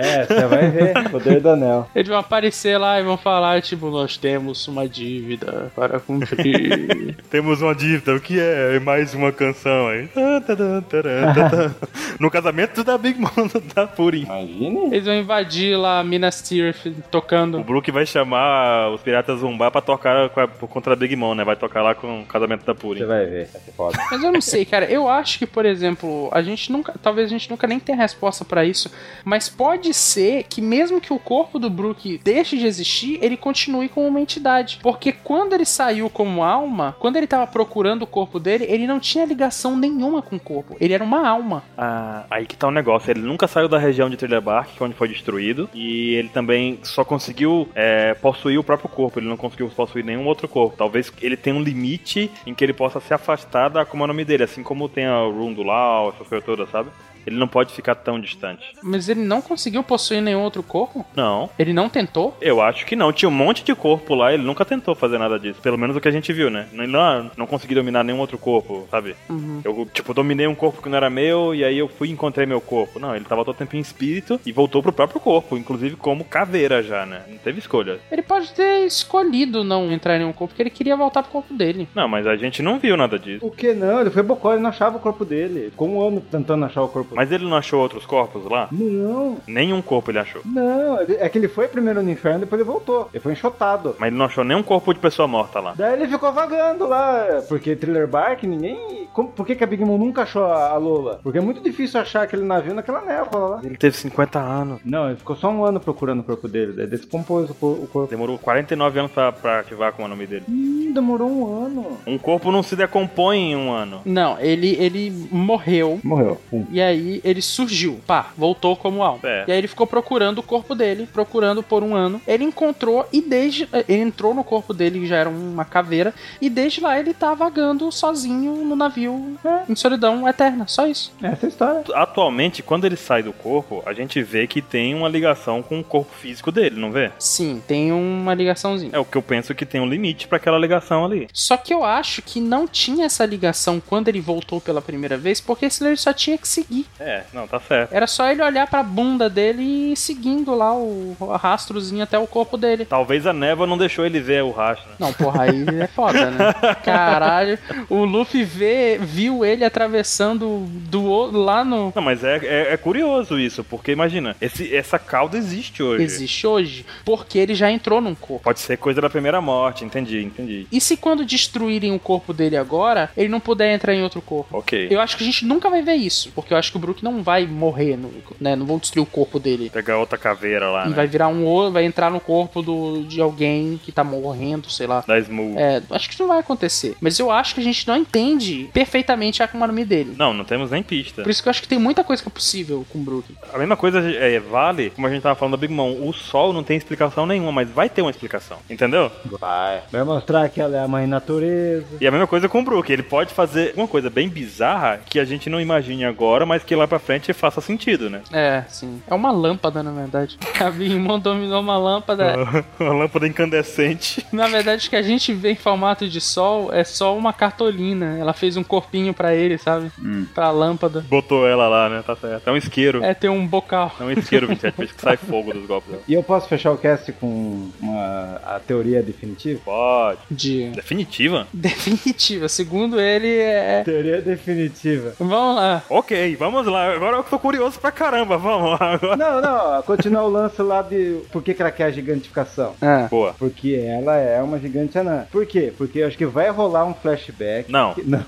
D: É, você vai ver. Poder do anel.
B: Eles vão aparecer lá e vão falar, tipo, nós temos uma dívida para cumprir.
C: Temos uma dívida, o que é? E Mais uma canção aí. Tá, tá, tá, tá, tá, tá. No casamento da Big Mom da Purim.
D: Imagine.
B: Eles vão invadir lá Minas Tirith
C: O
B: tocando.
C: Brook vai chamar os piratas zumbar pra tocar com a- por contra a Big Mom, né? Vai tocar lá com o casamento da
D: Você
C: Purim.
D: vai ver. Vai ser foda.
B: Mas eu não sei, cara. Eu acho que, por exemplo, a gente nunca. Talvez a gente nunca nem tenha resposta pra isso. Mas pode ser que, mesmo que o corpo do Brook deixe de existir, ele continue como uma entidade. Porque quando ele saiu como alma, quando ele tava procurando o corpo dele, ele não tinha ligação nenhuma com o corpo. Ele era uma alma.
C: Ah, aí que tá o negócio. Ele nunca saiu da região de Trilha Bark, que é onde foi destruído. E ele também só conseguiu é, possuir o próprio corpo. Ele não conseguiu possuir nenhum outro corpo. Talvez ele tenha um limite em que ele possa se afastar da como é o nome dele. Assim como tem a Room do Lau, essa coisa toda, sabe? Ele não pode ficar tão distante.
B: Mas ele não conseguiu possuir nenhum outro corpo?
C: Não.
B: Ele não tentou?
C: Eu acho que não. Tinha um monte de corpo lá, ele nunca tentou fazer nada disso. Pelo menos o que a gente viu, né? Não, não, não consegui dominar nenhum outro corpo, sabe? Eu, tipo, dominei um corpo que não era meu e aí eu fui e encontrei meu corpo. Não, ele tava todo tempo em espírito e voltou pro próprio corpo, inclusive como caveira já, né? Não teve escolha.
B: Ele pode ter escolhido não entrar em um corpo, porque ele queria voltar pro corpo dele.
C: Não, mas a gente não viu nada disso.
D: O que não? Ele foi bocó, ele não achava o corpo dele. Ficou um ano tentando achar o corpo dele.
C: Mas ele não achou outros corpos lá?
D: Não,
C: Nenhum corpo ele achou.
D: não. ele- É que ele foi primeiro no inferno, depois ele voltou. Ele foi enxotado.
C: Mas ele não achou nenhum corpo de pessoa morta lá.
D: Daí ele ficou vagando lá, porque Thriller Bark, ninguém. Como- por que, que a Big Mom nunca achou a a Lola? Porque é muito difícil achar aquele navio naquela névoa lá.
C: Ele teve 50 anos.
D: Não, ele ficou só um ano procurando o corpo dele, daí descompôs o cor- o corpo.
C: Demorou 49 anos pra, pra ativar como é o nome dele.
D: Hum, demorou um ano.
C: Um corpo não se decompõe em um ano.
B: Não, ele, ele morreu.
D: Morreu. Pum.
B: E aí ele surgiu, pá, voltou como alma.
C: É.
B: E aí ele ficou procurando o corpo dele, procurando por um ano. Ele encontrou e desde ele entrou no corpo dele, que já era uma caveira, e desde lá ele tá vagando sozinho no navio, né, em solidão eterna, só isso.
D: Essa é a história.
C: Atualmente, quando ele sai do corpo, a gente vê que tem uma ligação com o corpo físico dele, não vê?
B: Sim, tem uma ligaçãozinha.
C: É o que eu penso que tem um limite pra aquela ligação ali.
B: Só que eu acho que não tinha essa ligação quando ele voltou pela primeira vez, porque senão ele só tinha que seguir.
C: É, não, tá certo.
B: Era só ele olhar pra bunda dele e ir seguindo lá o o rastrozinho até o corpo dele.
C: Talvez a névoa não deixou ele ver o rastro. né?
B: Não, porra, aí é foda, né? Caralho, o Luffy vê, viu ele atravessando do o- lá no.
C: Não, mas é, é, é curioso isso, porque imagina, esse, essa cauda existe hoje.
B: Existe hoje, porque ele já entrou num corpo.
C: Pode ser coisa da primeira morte, entendi, entendi.
B: E se quando destruírem o corpo dele agora, ele não puder entrar em outro corpo?
C: Ok.
B: Eu acho que a gente nunca vai ver isso, porque eu acho que o Brook não vai morrer, no- né? Não vão destruir o corpo dele.
C: Pegar outra caveira lá,
B: E
C: né?
B: vai virar um ouro, vai entrar no corpo do, de alguém que tá morrendo, sei lá.
C: Da Smooth.
B: É, acho que isso não vai acontecer. Mas eu acho que a gente não entende perfeitamente a Akuma no Mi dele.
C: Não, não temos nem pista.
B: Por isso que eu acho que tem muita coisa que é possível com o Brook.
C: A mesma coisa é, vale, como a gente tava falando da Big Mom, o sol não tem explicação nenhuma, mas vai ter uma explicação, entendeu?
D: Vai. Vai mostrar que ela é a mãe natureza.
C: E a mesma coisa com o Brook, ele pode fazer uma coisa bem bizarra que a gente não imagine agora, mas que lá pra frente faça sentido, né?
B: É, sim. É uma lâmpada, na verdade. A minha irmã dominou uma
C: Ah.
B: lâmpada.
C: uma lâmpada incandescente.
B: Na verdade, o que a gente vê em formato de sol é só uma cartolina. Ela fez um corpinho pra ele, sabe? Pra lâmpada.
C: Botou ela lá, né? Tá certo. É um isqueiro. É,
B: É, tem um bocal.
C: um isqueiro, 27, por isso que sai fogo dos golpes dela.
D: E eu posso fechar o cast com uma- a teoria definitiva?
C: Pode.
B: De.
C: Definitiva?
B: Definitiva. Segundo ele, é.
D: Teoria definitiva.
B: Vamos lá.
C: Ok, vamos lá. Agora eu tô curioso pra caramba. Vamos lá agora.
D: Não, não, continua o lance lá de por que, que ela quer a gigantificação.
B: Ah.
C: Boa.
D: Porque ela é uma gigante anã. Por quê? Porque eu acho que vai rolar um flashback.
C: Não.
D: Que- Não.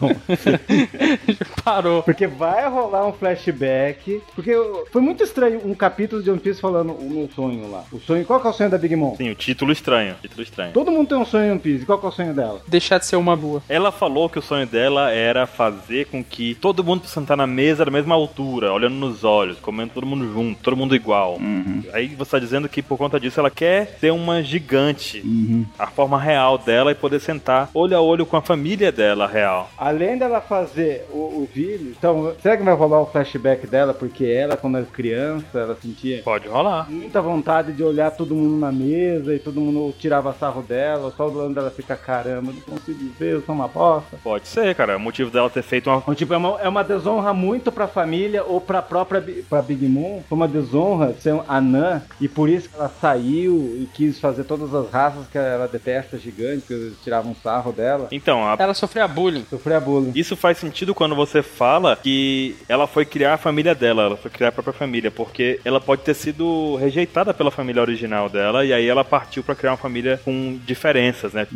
B: Parou.
D: Porque vai rolar um flashback. Porque eu- foi muito estranho um capítulo de One Piece falando o meu sonho lá. O sonho. Qual que é o sonho da Big Mom?
C: Sim, o título estranho. Título estranho.
D: Todo mundo tem um sonho em One Piece. Qual que é o sonho dela?
B: Deixar de ser uma boa.
C: Ela falou que o sonho dela era fazer com que todo mundo precisasse sentar na mesa da mesma altura, olhando nos olhos, comendo todo mundo junto, todo mundo igual.
E: Uhum.
C: Aí você tá dizendo que por conta disso ela quer ser uma gigante,
E: Uhum.
C: a forma real dela e poder sentar olho a olho com a família dela real.
D: Além dela fazer o, o vídeo, então, será que vai rolar o flashback dela? Porque ela, quando era criança, ela sentia
C: Pode rolar.
D: muita vontade de olhar todo mundo na mesa e todo mundo tirava sarro dela, só olhando dela fica, caramba, não consigo ver, eu sou uma bosta.
C: Pode ser, cara. é O motivo dela ter feito uma.
D: Então, tipo, é uma, é uma desonra muito pra família ou pra própria Bi- pra Big Mom. Foi uma desonra ser um anã e por isso que ela saiu e quis fazer todas as raças que ela detesta gigante, que eles tiravam sarro dela.
C: Então, a
B: Ela sofreu bullying.
D: Sofreu a bullying.
C: Isso faz sentido quando você fala que ela foi criar a família dela, ela foi criar a própria família, porque ela pode ter sido rejeitada pela família original dela e aí ela partiu pra criar uma família com diferenças, né?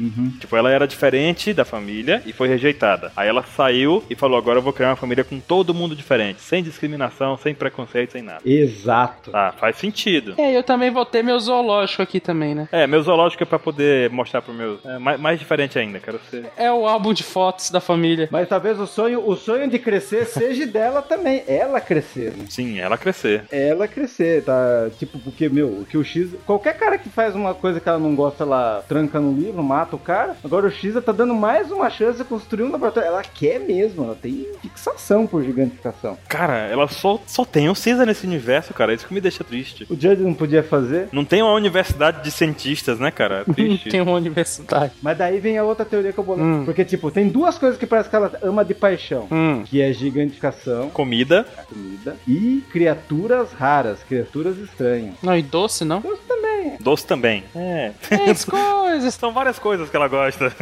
C: Tipo, ela era diferente da família e foi rejeitada. Aí ela saiu e falou: "Agora eu vou criar uma família com todo mundo diferente, sem discriminação, sem preconceito, sem nada".
D: Exato.
C: Tá, faz sentido.
B: É, eu também vou ter meu zoológico aqui também, né?
C: É, meu zoológico é pra poder mostrar pro meu. É, mais, mais diferente ainda, quero ser.
B: É o álbum de fotos da família.
D: Mas talvez o sonho, o sonho de crescer seja dela também. Ela crescer. né?
C: Sim, ela crescer.
D: Ela crescer, tá? Tipo, porque, meu, o que o X. Qualquer cara que faz uma coisa que ela não gosta, ela tranca no livro, mata o cara. Agora o X tá dando mais uma chance de construir um laboratório. Ela quer mesmo, ela tem fixação por gigantificação.
C: Cara, ela só, só tem um cinza nesse universo, cara. Isso que me deixa triste.
D: O Judge não podia fazer.
C: Não tem uma universidade de cientistas, né, cara? É triste.
B: Tem um uma universidade.
D: Mas daí vem a outra teoria que eu bolei.
B: Hum.
D: Porque, tipo, tem duas coisas que parece que ela ama de paixão.
B: Hum.
D: Que é gigantificação,
C: um Comida.
D: a comida, e criaturas raras, criaturas estranhas.
B: Não, e doce, não?
D: Gosto também.
C: Doce também. É.
B: Três coisas.
C: São várias coisas que ela gosta.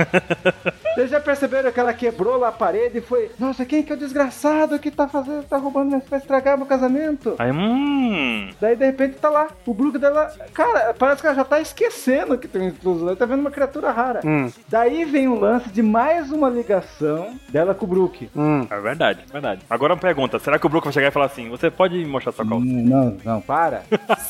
D: Vocês já perceberam que ela quebrou lá a parede e foi: Nossa, quem que é o desgraçado que tá fazendo, tá roubando, minha- vai estragar meu casamento?
C: Aí, hum.
D: Daí de repente tá lá, o Brook dela. Cara, parece que ela já tá esquecendo que tem um intruso lá, tá vendo uma criatura rara.
B: Hum,
D: Daí vem o lance de mais uma ligação dela com o Brook.
B: hum.
C: É verdade, é verdade. Agora uma pergunta: será que o Brook vai chegar e falar assim? Você pode me mostrar sua calça?
D: Hum, Não, não, para.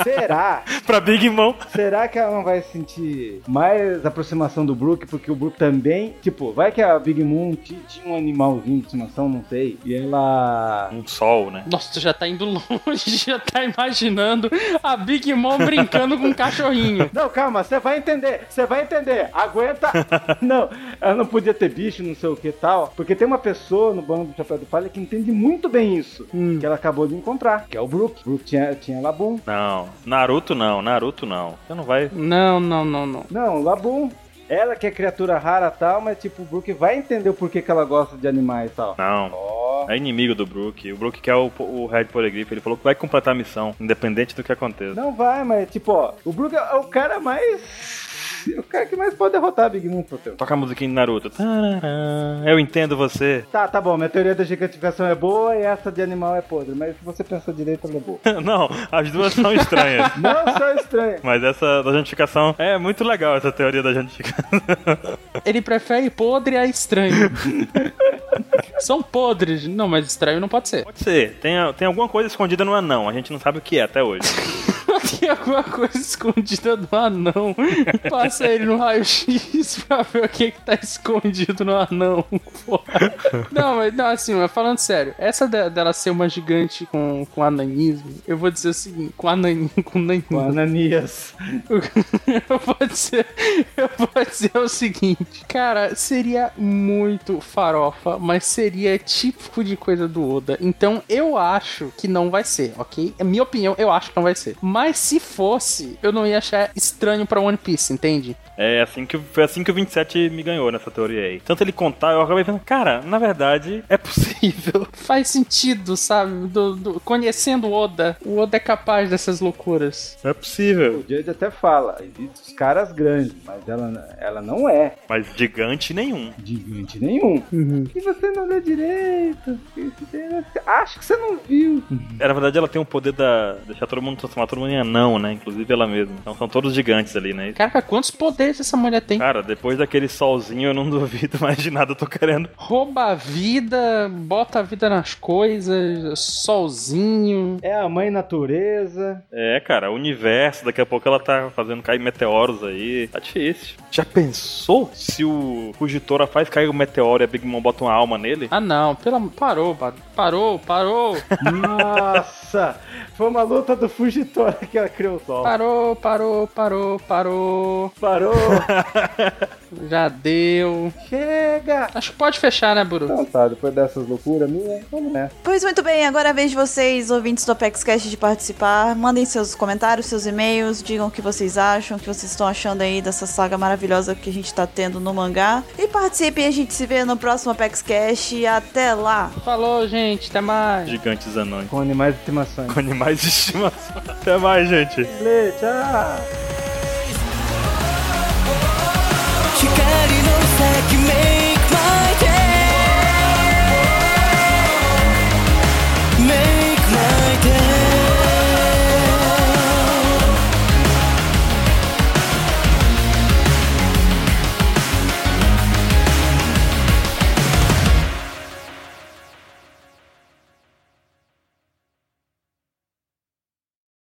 D: Será?
C: pra Big Mom.
D: Será que ela não vai sentir mais aproximação do Brook? Porque o Brook também. Tipo, vai que a Big Moon ti- tinha um animalzinho de estimação, não sei. E ela.
C: Um sol, né?
B: Nossa, tu já tá indo longe, já tá imaginando a Big Mom brincando com um cachorrinho.
D: Não, calma, você vai entender, você vai entender. Aguenta. não, ela não podia ter bicho, não sei o que e tal. Porque tem uma pessoa no banco do Chapéu de Palha que entende muito bem isso. Que ela acabou de encontrar, Hum. que é o Brook. O Brook tinha, tinha Labum.
C: Não. Naruto não, Naruto não. Você não vai.
B: Não, não, não, não.
D: Não, Labum. Ela que é criatura rara e tal, mas tipo, o Brook vai entender o porquê que ela gosta de animais e tal.
C: Não.
D: Ó.
C: É inimigo do Brook. O Brook quer o, o Red Polygriffe. Ele falou que vai completar a missão, independente do que aconteça.
D: Não vai, mas tipo, ó, o Brook é o cara mais. é O cara que mais pode derrotar a Big Mom, Proteus.
C: Toca a musiquinha de Naruto. Tarará. Eu entendo você.
D: Tá, tá bom, minha teoria da gigantificação é boa e essa de animal é podre, mas se você pensar direito, ela é boa.
C: Não, as duas são estranhas.
D: Não só estranho.
C: Mas essa da justificação é muito legal, essa teoria da justificação.
B: Ele prefere podre a estranho. São podres. Não, mas estranho não pode ser.
C: Pode ser, tem, tem alguma coisa escondida no anão, a gente não sabe o que é até hoje.
B: Tem alguma coisa escondida do anão. Passa ele no raio-x pra ver o que, que tá escondido no anão. Porra. Não, mas não, assim, mas falando sério, essa de- dela ser uma gigante com, com ananismo, eu vou dizer o seguinte: com ananismo, com
D: Com
B: nanismo.
D: Ananias.
B: Eu vou dizer, eu vou dizer o seguinte, cara, seria muito farofa, mas seria típico de coisa do Oda. Então eu acho que não vai ser, ok? É minha opinião, eu acho que não vai ser. Mas se fosse, eu não ia achar estranho pra One Piece, entende?
C: É assim que foi assim que o 27 me ganhou nessa teoria aí. Tanto ele contar, eu acabei pensando, cara, na verdade é possível.
B: Faz sentido, sabe? Do- do- conhecendo o Oda, o Oda é capaz dessas loucuras.
C: É possível.
D: O Jade até fala, existe os caras grandes, mas ela, ela não é
C: Mas gigante nenhum.
D: gigante nenhum. E você não lê direito. e você- Acho que você não viu.
C: É, Na verdade, ela tem o poder da. deixar todo mundo transformar todo mundo em anão, né? Inclusive ela mesma. Então são todos gigantes ali, né?
B: Caraca, quantos poderes essa mulher tem?
C: Cara, depois daquele solzinho eu não duvido mais de nada, eu tô querendo.
B: Rouba a vida, bota a vida nas coisas, solzinho.
D: É a mãe natureza.
C: É, cara, o universo, daqui a pouco ela tá fazendo cair meteoros aí. Tá difícil. Já pensou se o Fugitora faz cair o meteoro e a Big Mom bota uma alma nele?
B: Ah não, pelo amor. Parou, ba- Parou, parou,
D: Nossa! Foi uma luta do Fugitório que ela criou o sol.
B: parou, parou, parou, parou.
D: Parou!
B: Já deu.
D: Chega!
B: Acho que pode fechar, né, Buru?
D: Então tá, depois dessas loucuras minhas, então vamos nessa.
A: Pois muito bem, agora é a vez de vocês, ouvintes do Apex Cash, de participar. Mandem seus comentários, seus e-mails, digam o que vocês acham, o que vocês estão achando aí dessa saga maravilhosa que a gente tá tendo no mangá. E participem, a gente se vê no próximo Apex Cash. Até lá!
B: Falou, gente. Até mais.
C: Gigantes anões.
D: Com animais de estimação.
C: Com animais de estimação. Até mais, gente.
D: Lê, tchau!
I: 光の先目